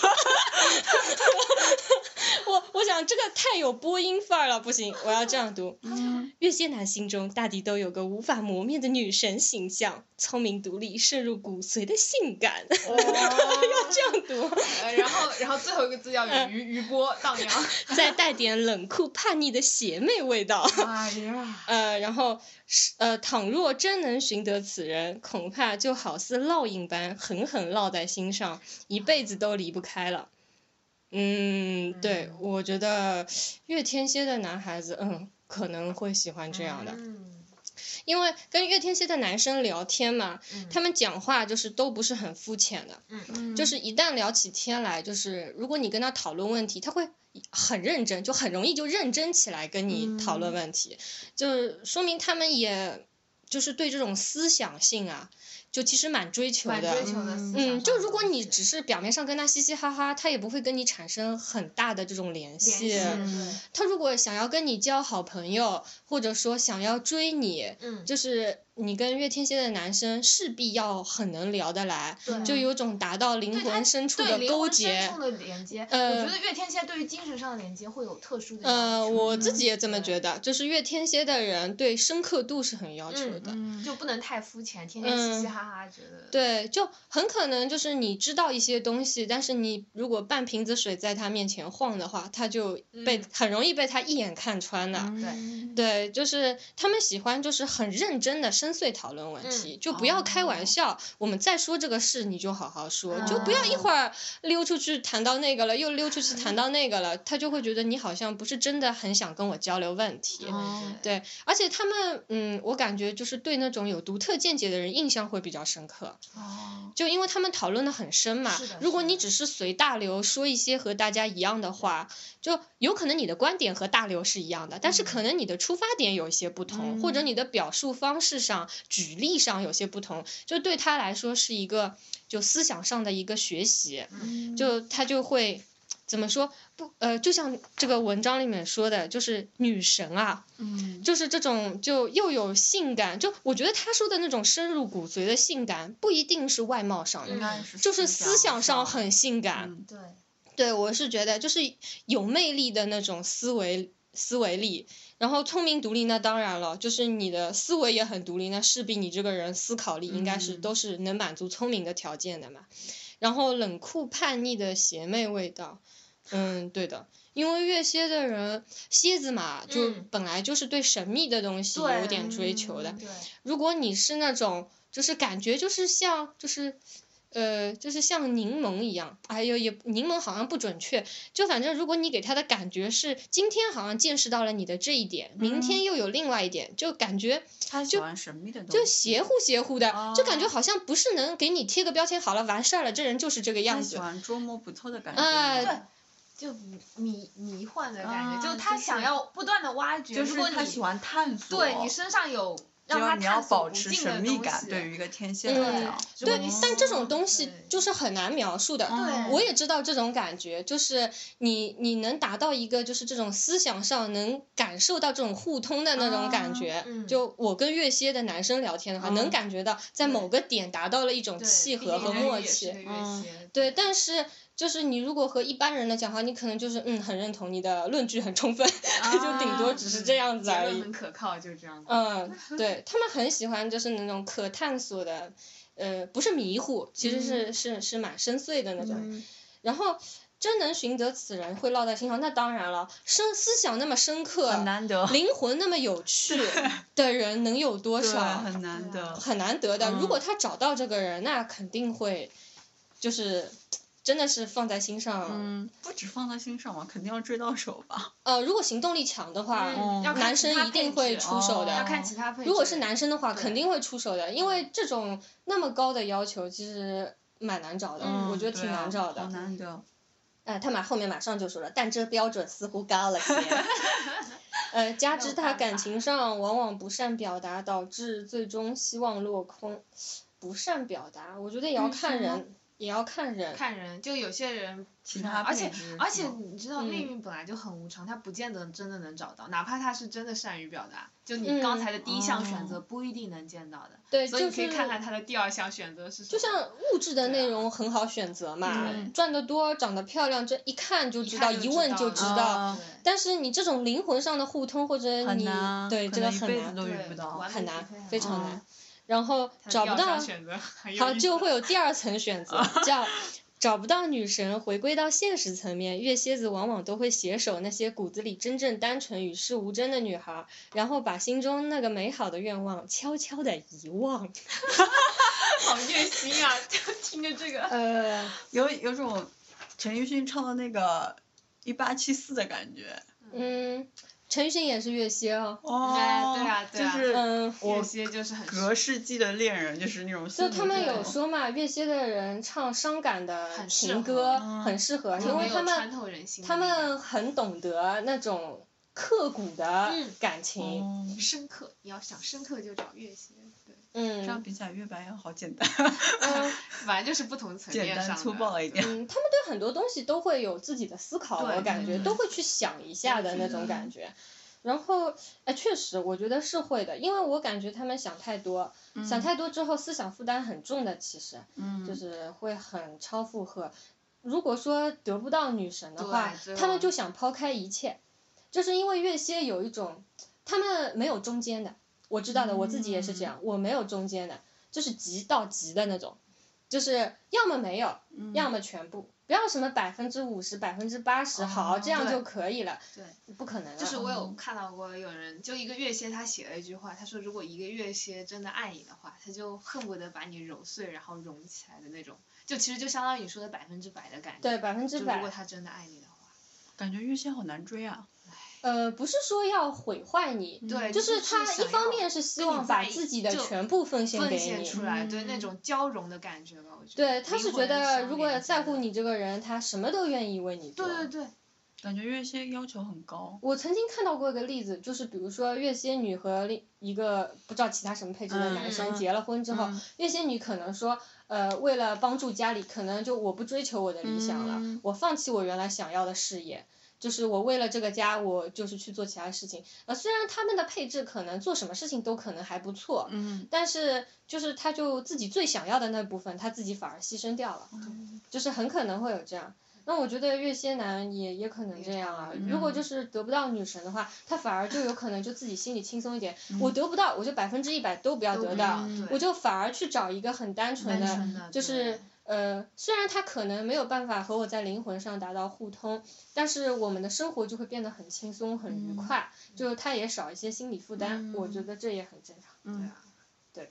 A: 我我想这个太有播音范儿了，不行，我要这样读。
B: 嗯
A: 月蝎男心中大抵都有个无法磨灭的女神形象，聪明独立、渗入骨髓的性感。 <laughs> 要这样读，
B: 哦呃然后然后最后一个字要
A: 嗯
B: 有余余波荡
A: <laughs>
B: 漾，
A: 再带点冷酷叛逆的邪魅味道。
D: 哎呀，
A: 呃，然后是呃，倘若真能寻得此人，恐怕就好似烙印般狠狠烙在心上，一辈子都离不开了。嗯，对，我觉得月天蝎的男孩子，嗯，可能会喜欢这样的，
C: 嗯
A: 因为跟月天蝎的男生聊天嘛，
C: 嗯
A: 他们讲话就是都不是很肤浅的，
B: 嗯
A: 就是一旦聊起天来，就是如果你跟他讨论问题，他会很认真，就很容易就认真起来跟你讨
B: 嗯
A: 论问题，就是说明他们也就是对这种思想性啊，就其实蛮追求
B: 蛮追
A: 的。
B: 求的思想上
A: 嗯，
B: 的
A: 就如果
B: 东
A: 你
B: 西
A: 只是表面上跟他嘻嘻哈哈，他也不会跟你产生很大的这种联系。
B: 联系
D: 嗯
A: 他如果想要跟你交好朋友，或者说想要追你，
C: 嗯
A: 就是你跟月天蝎的男生势必要很能聊得来，
C: 对
A: 就有种达到灵
C: 对他
A: 魂深处
C: 对
A: 的
C: 灵
A: 勾
C: 魂深
A: 结
C: 处。的连接，
A: 呃
C: 我觉得月天蝎对于精神上的连接会有特殊的要
A: 呃，
C: 求
A: 我自
C: 嗯
A: 己也这么
C: 对
A: 觉得，就是月天蝎的人对深刻度是很要求
C: 嗯
A: 的。
D: 嗯
C: 就不能太肤浅，天天嘻嘻
A: 嗯
C: 哈哈，觉得
A: 对，就很可能就是你知道一些东西，但是你如果半瓶子水在他面前晃的话，他就被、
B: 嗯
A: 很容易被他一眼看穿的。
D: 对
A: 对，就是他们喜欢就是很认真的深邃讨论问题，就不要开玩笑。我们再说这个事，你就好好说，就不要一会儿溜出去谈到那个了，又溜出去谈到那个了，他就会觉得你好像不是真的很想跟我交流问题。
C: 嗯
D: 哦
A: 对，而且他们，嗯，我感觉就是对那种有独特见解的人印象会比较深刻，
D: 哦
A: 就因为他们讨论的很深嘛
C: 是的。
A: 如果
C: 是
A: 你
C: 的
A: 只是随大流说一些和大家一样的话，就有可能你的观点和大流是一样的，但
C: 嗯
A: 是可能你的出发点有一些不同，或者你的表述方式上、举例上有些不同，就对他来说是一个就思想上的一个学习。
D: 嗯
C: 嗯
A: 就他就会怎么说不呃，就像这个文章里面说的，就是女神啊，
D: 嗯
A: 就是这种就又有性感，就我觉得他说的那种深入骨髓的性感，不一定是外貌上的，
D: 应该是
A: 嗯就是思想上
D: 上
A: 很性感。
D: 嗯
C: 对，
A: 对，我是觉得就是有魅力的那种思维思维力，然后聪明独立，那当然了，就是你的思维也很独立，那势必你这个人思考力应该是
D: 嗯
A: 都是能满足聪明的条件的嘛。然后冷酷叛逆的邪魅味道，嗯，对的，因为月蝎的人，蝎子嘛，就
C: 嗯
A: 本来就是对神秘的东西有点追求的，
C: 对，
A: 如果你是那种，就是感觉就是像就是，呃，就是像柠檬一样，哎呦也柠檬好像不准确，就反正如果你给他的感觉是今天好像见识到了你的这一点，明天又有另外一点，就感觉
D: 他喜欢神秘的东西，
A: 就邪乎邪乎的，就感觉好像不是能给你贴个标签好了完事儿了，这人就是这个
D: 他
A: 样
D: 喜
A: 子。
D: 欢捉摸不透的感觉，
A: 哎
D: 对
C: 就迷迷幻的感
D: 啊
A: 哦
C: 觉，就他
D: 就是
C: 想要不断的挖掘，
D: 就
C: 如果
D: 是他喜
C: 你
D: 欢探索，
C: 对你身上有让
D: 就
C: 他
D: 你要
C: 探索
D: 保
C: 不
D: 持
C: 尽的
D: 神秘
C: 东
D: 感，
C: 西
D: 对于一个天蝎
A: 嗯
D: 来讲，
A: 对
D: 嗯，
A: 但这种东西
C: 啊对
A: 就是很难描述的。
D: 嗯
A: 我也知道这种感觉，就是你你能达到一个就是这种思想上能感受到这种互通的那种感觉。
C: 嗯啊
A: 就我跟月蝎的男生聊天的话，能
D: 嗯
A: 感觉到在某个点达到了一种
C: 对
A: 契
C: 毕
A: 合
C: 竟
A: 和
C: 人鱼
A: 默
C: 也是
A: 契
C: 个。月
D: 嗯
C: 蝎
A: 对，但是就是你如果和一般人的讲话，你可能就是嗯很认同，你的论据很充分， <laughs> 就顶多只是
C: 嗯
A: 这样子
B: 结
A: 而
B: 论
A: 已。
B: 很可靠，就这样子。
A: 嗯，对他们很喜欢就是那种可探索的，呃，不是迷糊，其实
C: 嗯
A: 是、是是蛮深邃的那种。然后真能寻得此人，会烙在心上，那当然了，深思想那么深刻，
D: 很难得，
A: 灵魂那么有趣的人能有多
D: 对，
A: 少？
D: 很难得。
A: 很难得的。如
D: 嗯
A: 果他找到这个人，那肯定会，就是真的是放在心上。
D: 嗯，不止放在心上嘛，肯定要追到手吧。
A: 呃，如果行动力强的话，
D: 嗯
B: 要看
A: 男
B: 其他
A: 生一定
B: 配
A: 会
B: 置
A: 出手的。
B: 要
D: 哦
B: 看其他配置。
A: 如果是男生的话，
B: 对
A: 肯定会出手的，因为这种那么高的要求其实蛮难找的，
B: 嗯
A: 我觉得挺
D: 对啊
A: 难找的。
D: 好难得。
A: 哎，他马后面马上就说了，但这标准似乎
B: <laughs>
A: 高了些。呃，加之他感情上往往不善表达，导致最终希望落空。不善表达，我觉得也要
D: 嗯
A: 看
D: 是吗
A: 人，也要看人。
B: 看人，就有些人嗯
D: 其他
B: 而
D: 配
B: 且
D: 置
B: 而
D: 是
B: 且
D: 吗
B: 你知道
A: 嗯
B: 命运本来就很无常，他不见得真的能找到，哪怕他是真的善于表达，就你刚才的第一项选择
D: 哦
B: 不一定能见到的，
A: 嗯对，
B: 所以
A: 就
B: 你可以
A: 是
B: 看看他的第二项选择是什么。
A: 就像呃物质的
B: 对啊
A: 内容很好选择嘛，
B: 嗯
A: 赚得多、长得漂亮，这一看就
B: 一
A: 知
B: 看
A: 道，
B: 就
A: 一
B: 知
A: 问
B: 道
A: 就
B: 了哦
A: 知道。
D: 啊
B: 对
A: 但是你这种灵魂上的互通，或者
D: 很
A: 你
D: 难，
A: 对
D: 可
A: 这个
D: 能一
A: 很
D: 辈子
A: 难，
D: 都
B: 对
D: 遇不到。
B: 完
A: 很
B: 美
A: 难
B: 匹配，
A: 非常
D: 难哦
A: 难。然后
B: 他的
A: 找
B: 第
A: 不
B: 二项
A: 到，
B: 选择很有
A: 好，
B: 意
A: 就
B: 思
A: 会有第二层选择，
B: <laughs>
A: 叫找不到女神，回归到现实层面。月蝎子往往都会携手那些骨子里真正单纯、与世无争的女孩儿，然后把心中那个美好的愿望悄悄的遗忘。
B: 好虐心啊！ <laughs> 就听着这个，
A: 呃，
D: 有有种陈奕迅唱的那个一八七四的感觉。
A: 嗯，陈奕迅也是月蝎哦。
D: 哦，
B: 对啊对
D: 就
B: 啊
D: 是
A: 嗯，
B: 有些就是很
D: 隔世纪的恋人，就是那种。
A: 就他们
B: 对
A: 有说嘛，月蝎的人唱伤感的
B: 很适
A: 情
B: 合
A: 歌
D: 嗯
A: 很适合，
B: 就
A: 因
B: 没
A: 为
B: 有
A: 他
B: 穿
A: 们
B: 透人心的
A: 他
B: 那种
A: 们很懂得那种刻骨的
B: 嗯
A: 感情。
D: 哦
B: 深刻，你要想深刻就找月蝎，对，
A: 嗯，
D: 这样比起来，月白要好简单，
A: 嗯
B: 反正就是不同层
D: 简
B: 面上
D: 单
B: 的
D: 粗暴一点。
A: 嗯，他们对很多东西都会有自己的思考，
B: 对
A: 我感觉
D: 嗯
A: 都会去想一下的那种感觉。然后，哎，确实，我觉得是会的，因为我感觉他们想太多，想太多之后思想负担很重的，其实
D: 嗯，
A: 就是会很超负荷。如果说得不到女神的话
B: 对最，
A: 他们
B: 后
A: 就想抛开一切，就是因为月蝎有一种，他们没有中间的，我知道的，我自己也
B: 嗯
A: 是这样，我没有中间的，就是极到极的那种，就是要么没有，
D: 嗯
A: 要么全部，不要什么百分之五十、百分之八十，好，
D: 哦
A: 这样
B: 对
A: 就可以了。
B: 对，
A: 不可能啊。
B: 就是我有看到过有人，就一个月蝎，他写了一句话，他说如果一个月蝎真的爱你的话，他就恨不得把你揉碎，然后融起来的那种，就其实就相当于你说的百分之百的感觉。
A: 对，百分之
B: 就如
A: 百
B: 果。他真的爱你的话，
D: 感觉月仙好难追啊。
A: 呃，不是说要毁坏你，
B: 对，嗯就
A: 就
B: 是
A: 他一
B: 想
A: 方
B: 要
A: 面是希
B: 跟你
A: 望
B: 在
A: 把
B: 一
A: 自己的
B: 就
A: 全部奉献
B: 奉
A: 给
B: 献
A: 你。
B: 出来，对那
D: 嗯
B: 种交融的感觉吧，我觉得。
A: 对，他
B: 灵
A: 是觉
B: 魂
A: 得
B: 相
A: 如果
B: 连
A: 在
B: 之类
A: 乎
B: 的，
A: 你这个人，他什么都愿意为你做。
B: 对对对，
D: 感觉月仙要求很高。
A: 我曾经看到过一个例子，就是比如说月仙女和另一个不知道其他什么配置的男
B: 嗯
A: 生
D: 嗯
A: 结了婚之后，
D: 嗯
A: 月仙女可能说，呃，为了帮助家里，可能就我不追求我的理想了，
D: 嗯
A: 我放弃我原来想要的事业。就是我为了这个家，我就是去做其他事情。呃，虽然他们的配置可能做什么事情都可能还不错，
D: 嗯，
A: 但是就是他就自己最想要的那部分，他自己反而牺牲掉了，
B: 嗯
A: 就是很可能会有这样。那我觉得月蝎男也也可能这样啊。
B: 嗯
A: 如果就是得不到女神的话，他反而就有可能就自己心里轻松一点，我得不到我就百分之一百都不要
B: 嗯都
A: 得
B: 不
A: 到
B: 要，对
A: 我就反而去找一个很单纯
B: 单
A: 的，
B: 纯的
A: 就是
B: 对啊
A: 呃，虽然他可能没有办法和我在灵魂上达到互通，但是我们的生活就会变得很轻松、很愉
D: 嗯
A: 快，就他也少一些心理负担，我觉
D: 嗯
A: 得这也很正常。
B: 对
D: 嗯
B: 啊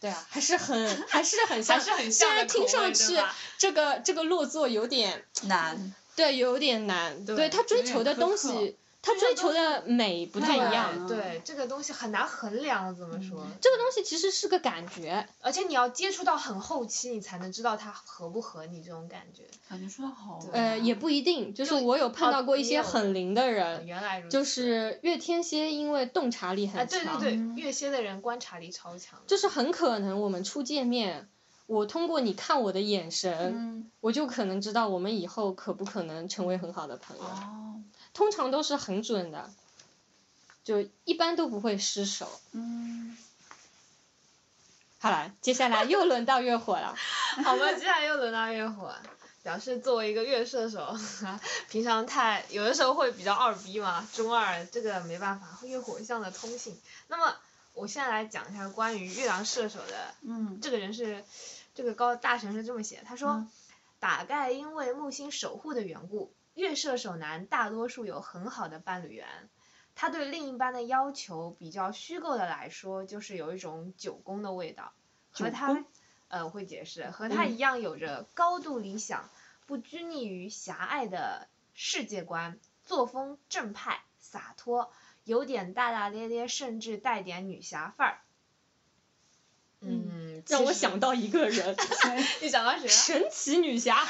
A: 对啊，还是 <laughs> 很还是很像，
B: 还是很
A: 虽
B: 像的
A: 然听
B: 口
A: 上
B: 味对
A: 去
B: 吧
A: 这个这个落座有点
D: 难。
A: 对，有点难，对他追
D: 有点
A: 求的
D: 苛
A: 东
D: 刻
A: 西，他追求的美不太一样。嗯
C: 对对，这个东西很难衡量，怎么说？
A: 啊这个东西其实是个感觉，
C: 而且你要接触到很后期，你才能知道它合不合你这种感觉。
D: 感觉说的好。啊
A: 呃，也不一定，就是我有碰
C: 哦
A: 到过一
C: 也
A: 些
C: 有
A: 很灵的人，
C: 原来如此。
A: 呃就是月天蝎，因为洞察力
C: 啊，
A: 很强，
C: 对对对，
D: 嗯
C: 月蝎的人观察力超
A: <laughs>
C: 强的。
A: 就是很可能我们初见面，我通过你看我的眼神，
D: 嗯。
A: 我就可能知道我们以后可不可能成为很好的朋友，
D: 哦。
A: 通常都是很准的，就一般都不会失手。
D: 嗯。
A: 好了，接下来又轮到月火了，
C: <laughs> 好吧，接下来又轮到月火。表示作为一个月射手， <laughs> 平常太有的时候会比较二逼嘛，中二这个没办法，月火象的通性。那么我现在来讲一下关于月亮射手的，
D: 嗯
C: 这个人是，这个高大神是这么写的，他说，
D: 嗯
C: 大概因为木星守护的缘故，月射手男大多数有很好的伴侣缘。他对另一半的要求比较虚构的来说，就是有一种九宫的味道，和
D: 九
C: 他
D: 宫
C: 呃，我会解释，和他
D: 嗯
C: 一样有着高度理想、不拘泥于狭隘的世界观，作风正派、洒脱，有点大大咧咧，甚至带点女侠范儿。嗯，
A: 让
C: 其
A: 我
C: 实
A: 想到一个人，
C: 你想到谁
A: <laughs>
C: 了？
A: 神奇女侠。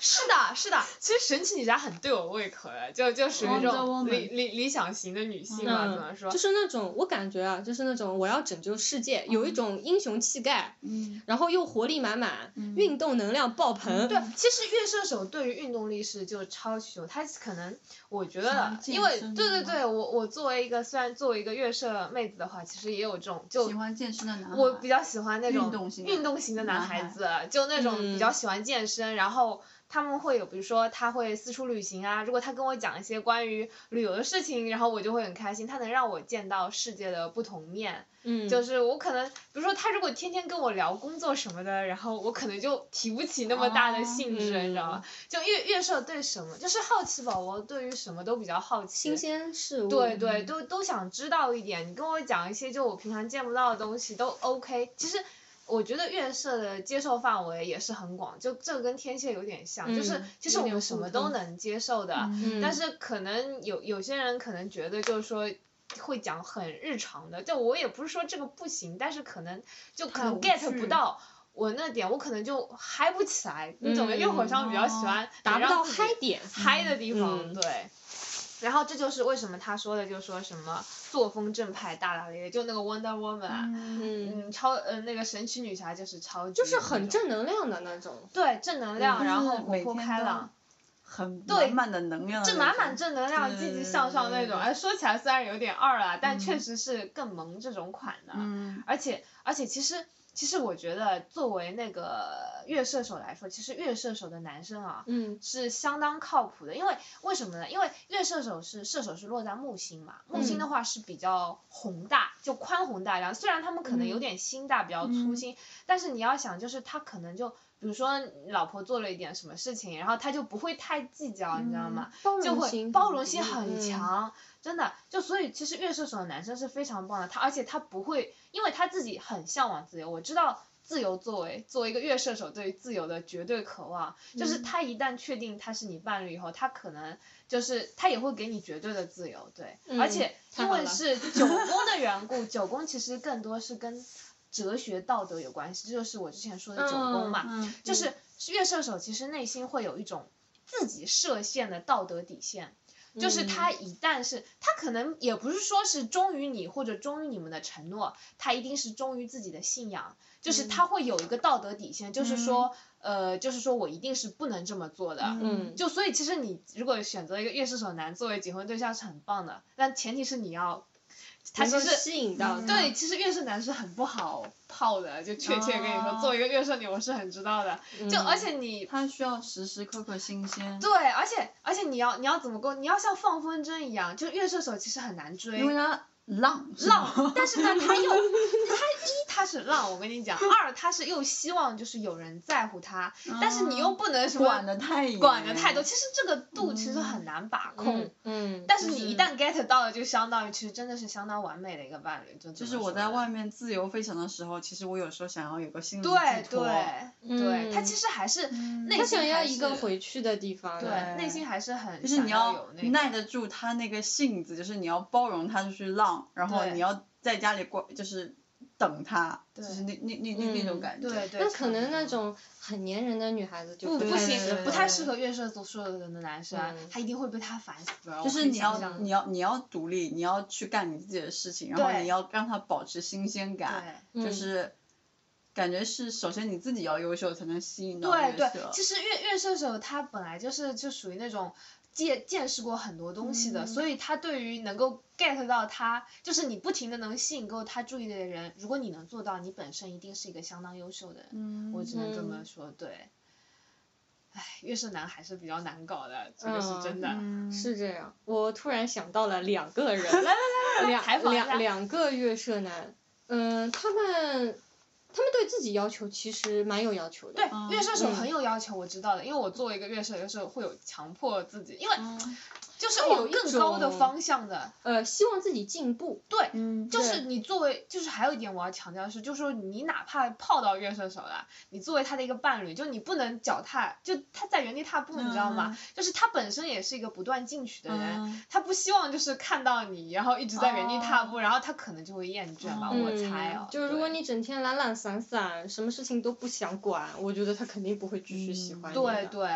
C: 是的，是的，其实神奇女侠很对我胃口哎，就就属于这
D: Wonder
C: 种
D: Woman
C: 理理理想型的女性嘛，啊怎么说
A: 就？是那种我感觉啊，就是那种我要拯救世
C: 嗯
A: 界，有一种英雄气概，
D: 嗯
A: 然后又活力满满，运动能量爆棚。
C: 嗯对，其实月射手对于运动力是就超需求，他可能我觉得
D: 想，健
C: 因为对
D: 身
C: 对
D: 吗
C: 对，我我作为一个虽然作为一个月射妹子的话，其实也有这种就
D: 喜欢健身的男孩，
C: 我比较喜欢那种
D: 运动型的
C: 运动型的男
D: 男
C: 孩
D: 孩
C: 子，就那种比
A: 嗯
C: 较喜欢健身，然后他们会有，比如说他会四处旅行啊。如果他跟我讲一些关于旅游的事情，然后我就会很开心，他能让我见到世界的不同面。
A: 嗯，
C: 就是我可能，比如说他如果天天跟我聊工作什么的，然后我可能就提不起那么大的
D: 哦
C: 兴致，你知道
A: 嗯
C: 吗？就月月射对什么，就是好奇宝宝对于什么都比较好奇，
A: 新鲜事物。
C: 对对，都都想知道一点。你跟我讲一些就我平常见不到的东西都 OK。其实我觉得月色的接受范围也是很广，就这个跟天蝎有点像，就是
A: 嗯
C: 其实
A: 有
C: 我
A: 点
C: 们什
A: 互
C: 么都
A: 通
C: 能接受的，
D: 嗯
C: 但是可能有有些人可能觉得就是说。会讲很日常的，就我也不是说这个不行，但是可能就可
D: 太
C: 能
D: 无
C: get 不
D: 趣
C: 到我那点，我可能就嗨不起来。你懂得月火
A: 嗯
C: 上比较喜
D: 哦
C: 欢
A: 达
C: 能
A: 不到
C: 让自己
A: 嗨点。
C: 嗨的地方，
A: 嗯
C: 对。然后这就是为什么他说的，就是说什么作风正派、大大咧咧，就那个 Wonder Woman，啊
D: 嗯
A: 嗯，
C: 嗯，超呃那个神奇女侠就是超级，
A: 就是很，正能量的那种。
C: 对，正能量，
D: 嗯
C: 然
D: 就是
C: 后活
D: 每
C: 泼
D: 天
C: 开
D: 都
C: 朗，
D: 很
C: 对
D: 满满的能量的
C: 这
D: 那
C: 满满
D: 种
C: 正能量、积极向上那种。哎，说起来虽然有点二啊，但确实是更萌这种款的。
D: 嗯
C: 而且而且其实其实我觉得作为那个月射手来说，其实月射手的男生啊，
A: 嗯
C: 是相当靠谱的，因为为什么呢？因为月射手是射手是落在木星嘛，木星的话是比较宏大，就宽宏大量。虽然他们可能有点心大，比较粗心，但是你要想，就是他可能就比如说老婆做了一点什么事情，然后他就不会太计较，你知道
D: 嗯
C: 吗？
A: 包
C: 就
A: 容
C: 会
A: 心
C: 包
A: 很
C: 容
A: 足
C: 性很
A: 嗯
C: 强，真的。就所以其实月射手的男生是非常棒的，他而且他不会，因为他自己很向往自由，我知道。自由作为作为一个月射手对于自由的绝对渴望，
A: 嗯
C: 就是他一旦确定他是你伴侣以后，他可能就是他也会给你绝对的自由，对，而且
A: 嗯太
C: 因
A: 好
C: 为
A: 了 <laughs>
C: 是九宫的缘故，九宫其实更多是跟哲学道德有关系，这就是我之前说的九宫
A: 嗯
C: 嘛，
D: 嗯
C: 就是月射手其实内心会有一种自己设限的道德底线，
D: 嗯
C: 就是他一旦是他可能也不是说是忠于你或者忠于你们的承诺，他一定是忠于自己的信仰，
D: 嗯
C: 就是他会有一个道德底线，就是说呃，就是说我一定是不能这么做的。
A: 嗯，
C: 就所以，其实你如果选择一个月射手男作为结婚对象是很棒的，但前提是你要，他
A: 能
C: 其
A: 够
C: 实
A: 吸引
D: 嗯
A: 到
C: 嗯对，其实月射男是很不好泡的，就确切跟你说，
D: 哦嗯
C: 作为一个月射女，我是很知道的。就
A: 嗯
C: 而且你
D: 他需要时时刻刻新鲜，
C: 对，而且而且你要你要怎么沟，你要像放风筝一样，就月射手其实很难追
D: 因为他浪是
C: 浪
D: 吗，
C: 但是呢，他又他一他是浪，我跟你讲，二他是又希望就是有人在乎他，但是你又不能什
D: <laughs>
C: 么
D: 啊管的太严
C: 管的太多，其实这个度其实很难把控。
A: 嗯嗯，
C: 但是
D: 就
C: 你一
D: 是
C: 旦 get 到了，就相当于其实真的是相当完美的一个伴侣，就就
D: 就是我在外面自由飞翔的时候，其实我有时候想要有个心理
C: 对
D: 寄托
C: 对对，他
A: 嗯
C: 其实还是内
A: 他
C: 心
A: 想要
C: 还
A: 一个
C: 是
A: 回去的地方。啊
C: 对内心还是很
D: 就是
C: 想
D: 你要
C: 要有
D: 耐
C: 那个
D: 得住他那个性子，就是你要包容他就是浪，然后
C: 对
D: 你要在家里过就是等他，就是那那那那那种
A: 嗯
D: 感觉。
C: 对对，
A: 那
C: 差
A: 可
C: 不
A: 能
C: 多
A: 那种很粘人的女孩子就
C: 不不
A: 太
C: 行
D: 对对，
C: 不太
D: 对
C: 适合月射手座的男生啊，
A: 嗯
C: 他一定会被他烦死的。
D: 就
C: 就是
D: 你要
A: 象
D: 你要你要独立，你要去干你自己的事情，然后
C: 对
D: 你要让他保持新鲜感，
C: 对
D: 就是感觉是首先你自己要优秀才能吸引到
C: 对
D: 约
C: 对
D: 瑟，
C: 其实月月射手他本来就是就属于那种见见识过很多东西的，
D: 嗯
C: 所以他对于能够 get 到他，就是你不停的能吸引够他注意的人，如果你能做到，你本身一定是一个相当优秀的人。
D: 嗯
C: 我只能这么
A: 嗯
C: 说，对。
B: 唉，月射男还是比较难搞的，这个是真的。
D: 嗯，
A: 是这样，我突然想到了两个人，来来来
B: 采
A: 两
B: 访一下
A: 两两个月射男，嗯，他们他们对自己要求其实蛮有要求的，
B: 对，
D: 嗯
B: 月射手
A: 嗯
B: 很有要求，我知道的，因为我作为一个月射，有时候会有强迫自己，因为就是
A: 会有
B: 往
A: 一
B: 更高的
A: 种
B: 方向的，
A: 呃，希望自己进步，
B: 对，
D: 嗯，
B: 就是你作为，就是还有一点我要强调的是，就是说你哪怕泡到月射手了，你作为他的一个伴侣，就你不能脚踏，就他在原地踏步，你知道
A: 嗯
B: 吗？就是他本身也是一个不断进取的人，
D: 嗯
B: 他不希望就是看到你，然后一直在原地踏步，然后他可能就会厌倦吧，
D: 嗯
B: 我猜
C: 啊
B: 哦。
A: 哦就是如果
B: 对
A: 你整天懒懒散散，什么事情都不想管，我觉得他肯定不会继续喜欢你的。
B: 对对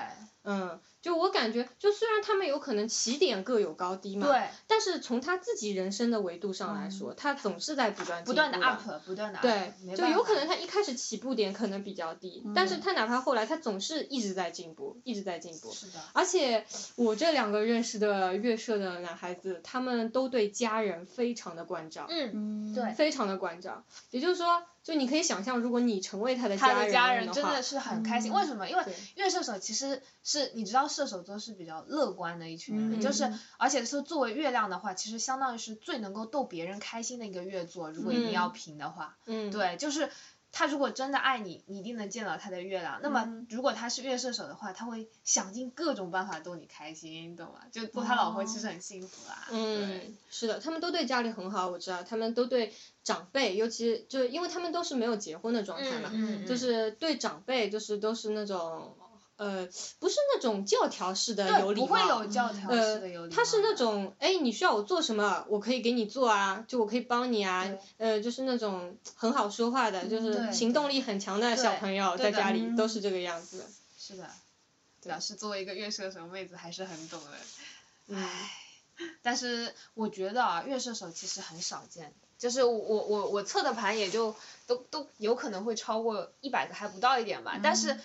A: 嗯，就我感觉，就虽然他们有可能起点各有高低嘛，
B: 对，嗯
A: 但是从他自己人生的维度上来说，他总是在不断
B: 不
A: 进
B: 断的
A: 步
B: up，不断的 up，
A: 对
B: 没，
A: 就
B: 办
A: 有
B: 法嗯
A: 可能他一开始起步点可能比较低，但是他哪怕后来他总是一直在进步，一直在进步。
B: 是的，
A: 而且我这两个认识的乐社的男孩子，他们都对家人非常的关照，
B: 嗯，
D: 嗯
B: 对
A: 非常的关照。也就是说，就你可以想象，如果你成为他的
B: 他的家
A: 人
B: 人真
A: 话
B: 的是很开心，为什么？因为
A: 对
B: 月射手其实是你知道射手座是比较乐观的一群人，
D: 嗯
B: 就是而且是作为月亮的话，其实相当于是最能够逗别人开心的一个月座，如果一定要评的话，
A: 嗯，
B: 对，就是他如果真的爱你，你一定能见到他的月亮。那么
D: 嗯
B: 如果他是月射手的话，他会想尽各种办法逗你开心，懂吗？就做他老婆其实很幸福啦，对
A: 嗯，是的，他们都对家里很好，我知道，他们都对长辈，尤其就是因为他们都是没有结婚的状态嘛，
B: 嗯嗯
A: 就
B: 嗯
A: 是对长辈就是都是那种呃，不是那种教条式的有
B: 嗯对，
A: 礼
B: 不
A: 貌，
B: 会有教条式
A: 呃
B: 的有礼貌的，
A: 他是那种，哎，你需要我做什么，我可以给你做啊，就我可以帮你啊
B: 对，嗯
A: 呃，就是那种很好说话的，就
B: 对
A: 是行动力很强的小
B: 对
A: 朋友，
B: 对
A: 在
B: 的
A: 家里
D: 嗯
A: 都是这个样子。
B: 是的，表示作为一个月射手妹子还是很懂的。
A: 嗯，
B: 但是我觉得啊，月射手其实很少见，
C: 就是我我我我测的盘也就都都有可能会超过一百个还不到一点吧，但是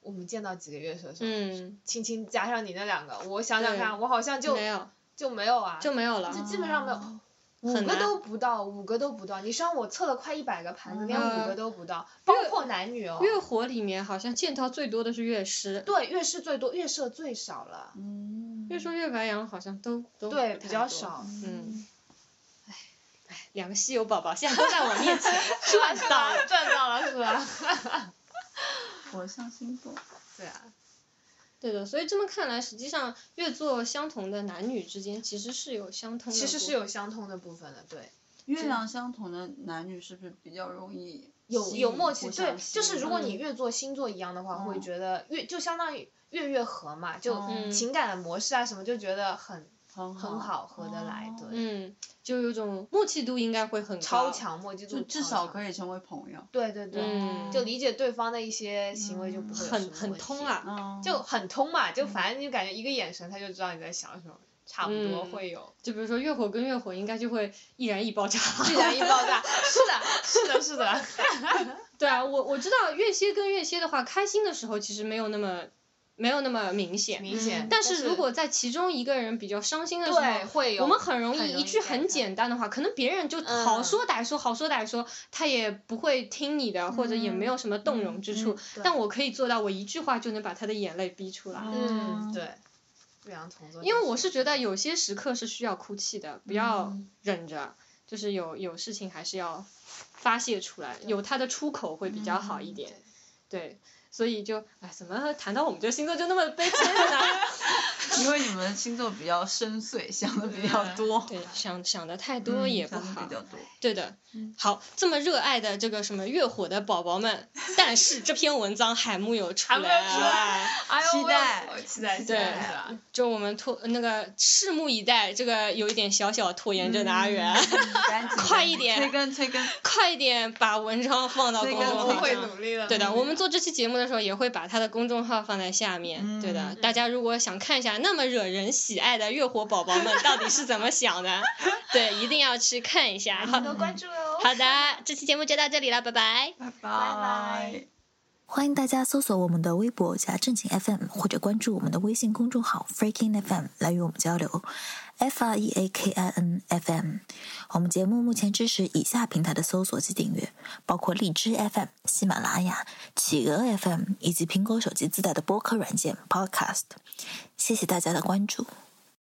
C: 我们见到几个月射手，
A: 嗯，
C: 轻轻加上你那两个，我想想看，
A: 对
C: 我好像就
A: 没有，
C: 就没有啊，
A: 就没有了。
C: 就基本上没有。
D: 哦
C: 五
A: 很
C: 个
A: 难
C: 都不到，五个都不到。你像我测了快一百个盘子，连
A: 嗯
C: 五个都不到，包括男女哦。
A: 月火里面好像见到最多的是乐师，
C: 对，月射最多，月射最少了。
D: 嗯，
A: 月说月白羊好像都都不
C: 对，比
A: 太
C: 较
A: 多
C: 少。
A: 嗯，两个稀有宝宝现在都在我面
C: <laughs>
A: 前赚到了。
B: 赚到了是吧？
D: 火象星座，
B: 对啊，
A: 对的，所以这么看来，实际上月座相同的男女之间其实是有相通的部
C: 其
A: 分，
C: 实是有相通的部分的，对，
A: 嗯
D: 月亮相同的男女是不是比较容易
C: 有
D: 吸
C: 有
D: 引
C: 默契，
D: 互
C: 对
D: 相，吸
C: 就是
D: 引
C: 如果
A: 嗯
C: 你月座星座一样的话，会觉得月就相当于月月合嘛，就
A: 哦
D: 嗯
C: 情感的模式啊什么，就觉得很
D: 很
C: 很好合得来，
D: 啊哦
C: 对，
A: 嗯，就有种默契度应该会很高。
C: 超。强默契度
D: 就
C: 超
D: 至
C: 强，
D: 少可以成为朋友。
C: 对对对，
A: 嗯
C: 就理解对方的一些行为就不会有什
A: 很
C: 么
A: 很
C: 问题
A: 通，啊，嗯
D: 嗯，
C: 就很通嘛，就反正你感觉一个眼神他就知道你在想什么，差不多
A: 嗯
C: 会有。
A: 就比如说月火跟月火应该就会易燃易爆炸。
C: 必然一爆炸，是的，
A: <laughs>
C: 是的，是的，
A: 对啊， <laughs> 我我知道月蝎跟月蝎的话，开心的时候其实没有那么没有那么明显，
C: 明显。
A: 但是如果在其中一个人比较伤心的时候，
C: 对会有
A: 我们很容
C: 很
A: 易
C: 容易
A: 一句
C: 感
A: 很
C: 叹
A: 简单的话，可能别人就
C: 嗯
A: 好说歹说，好说歹说，他也不会听你的，或者也没有什么动容之处
D: 嗯。
A: 但我可以做到，我一句话就能把他的眼泪逼出来。
C: 嗯，对，岳阳同座，
A: 因为我是觉得有些时刻是需要哭泣的，不要
D: 嗯
A: 忍着，就是有有事情还是要发泄出来，有它的出口会比较好
D: 嗯
A: 一点。对，所以就哎，怎么谈到我们这星座就那么悲催呢？ <laughs>
D: 因为你们星座比较深邃，想的比
C: 啊
D: 较多，
A: 对，想想的太多也不
D: 嗯想的
A: 好
D: 比。较多。
A: 对的，
B: 嗯
A: 好，这么热爱的这个什么月火的宝
B: <laughs>
A: 宝们，但是这篇文章还木有出
B: 没有出
A: 来啊
B: 来。哎呦，
D: 期
B: 我
D: 待
B: 我期待，期
A: 对
B: 待，是吧？
A: 就我们拖那个拭目以待，这个有一点小小拖延症的阿
B: 嗯
A: 元，
D: 赶 <laughs> 紧
A: 快一点
D: 催更催更，
A: 快一点把文章放到公
D: 这
A: 众
D: 个
A: 号
D: 我
A: 上。
D: 会
B: 努力的
A: 对的，
B: 努力
A: 我们做这期节目的时候也会把他的公众号放在下面。对的，
D: 嗯
A: 大家如果想看一下那么惹人喜爱的月火宝宝们到底是怎么想的，对，一定要去看一下。好，
B: 嗯
C: 多关注哦。
A: 好的，这期节目就到这里了，拜拜。
D: 拜
C: 拜。
E: 欢迎大家搜索我们的微博加正经 FM，或者关注我们的微信公众号 Freaking FM 来与我们交流。 F R E A K I N F M。我们节目目前支持以下平台的搜索及订阅，包括荔枝 FM、喜马拉雅、企鹅 FM 以及苹果手机自带的播客软件 Podcast。谢谢大家的关注。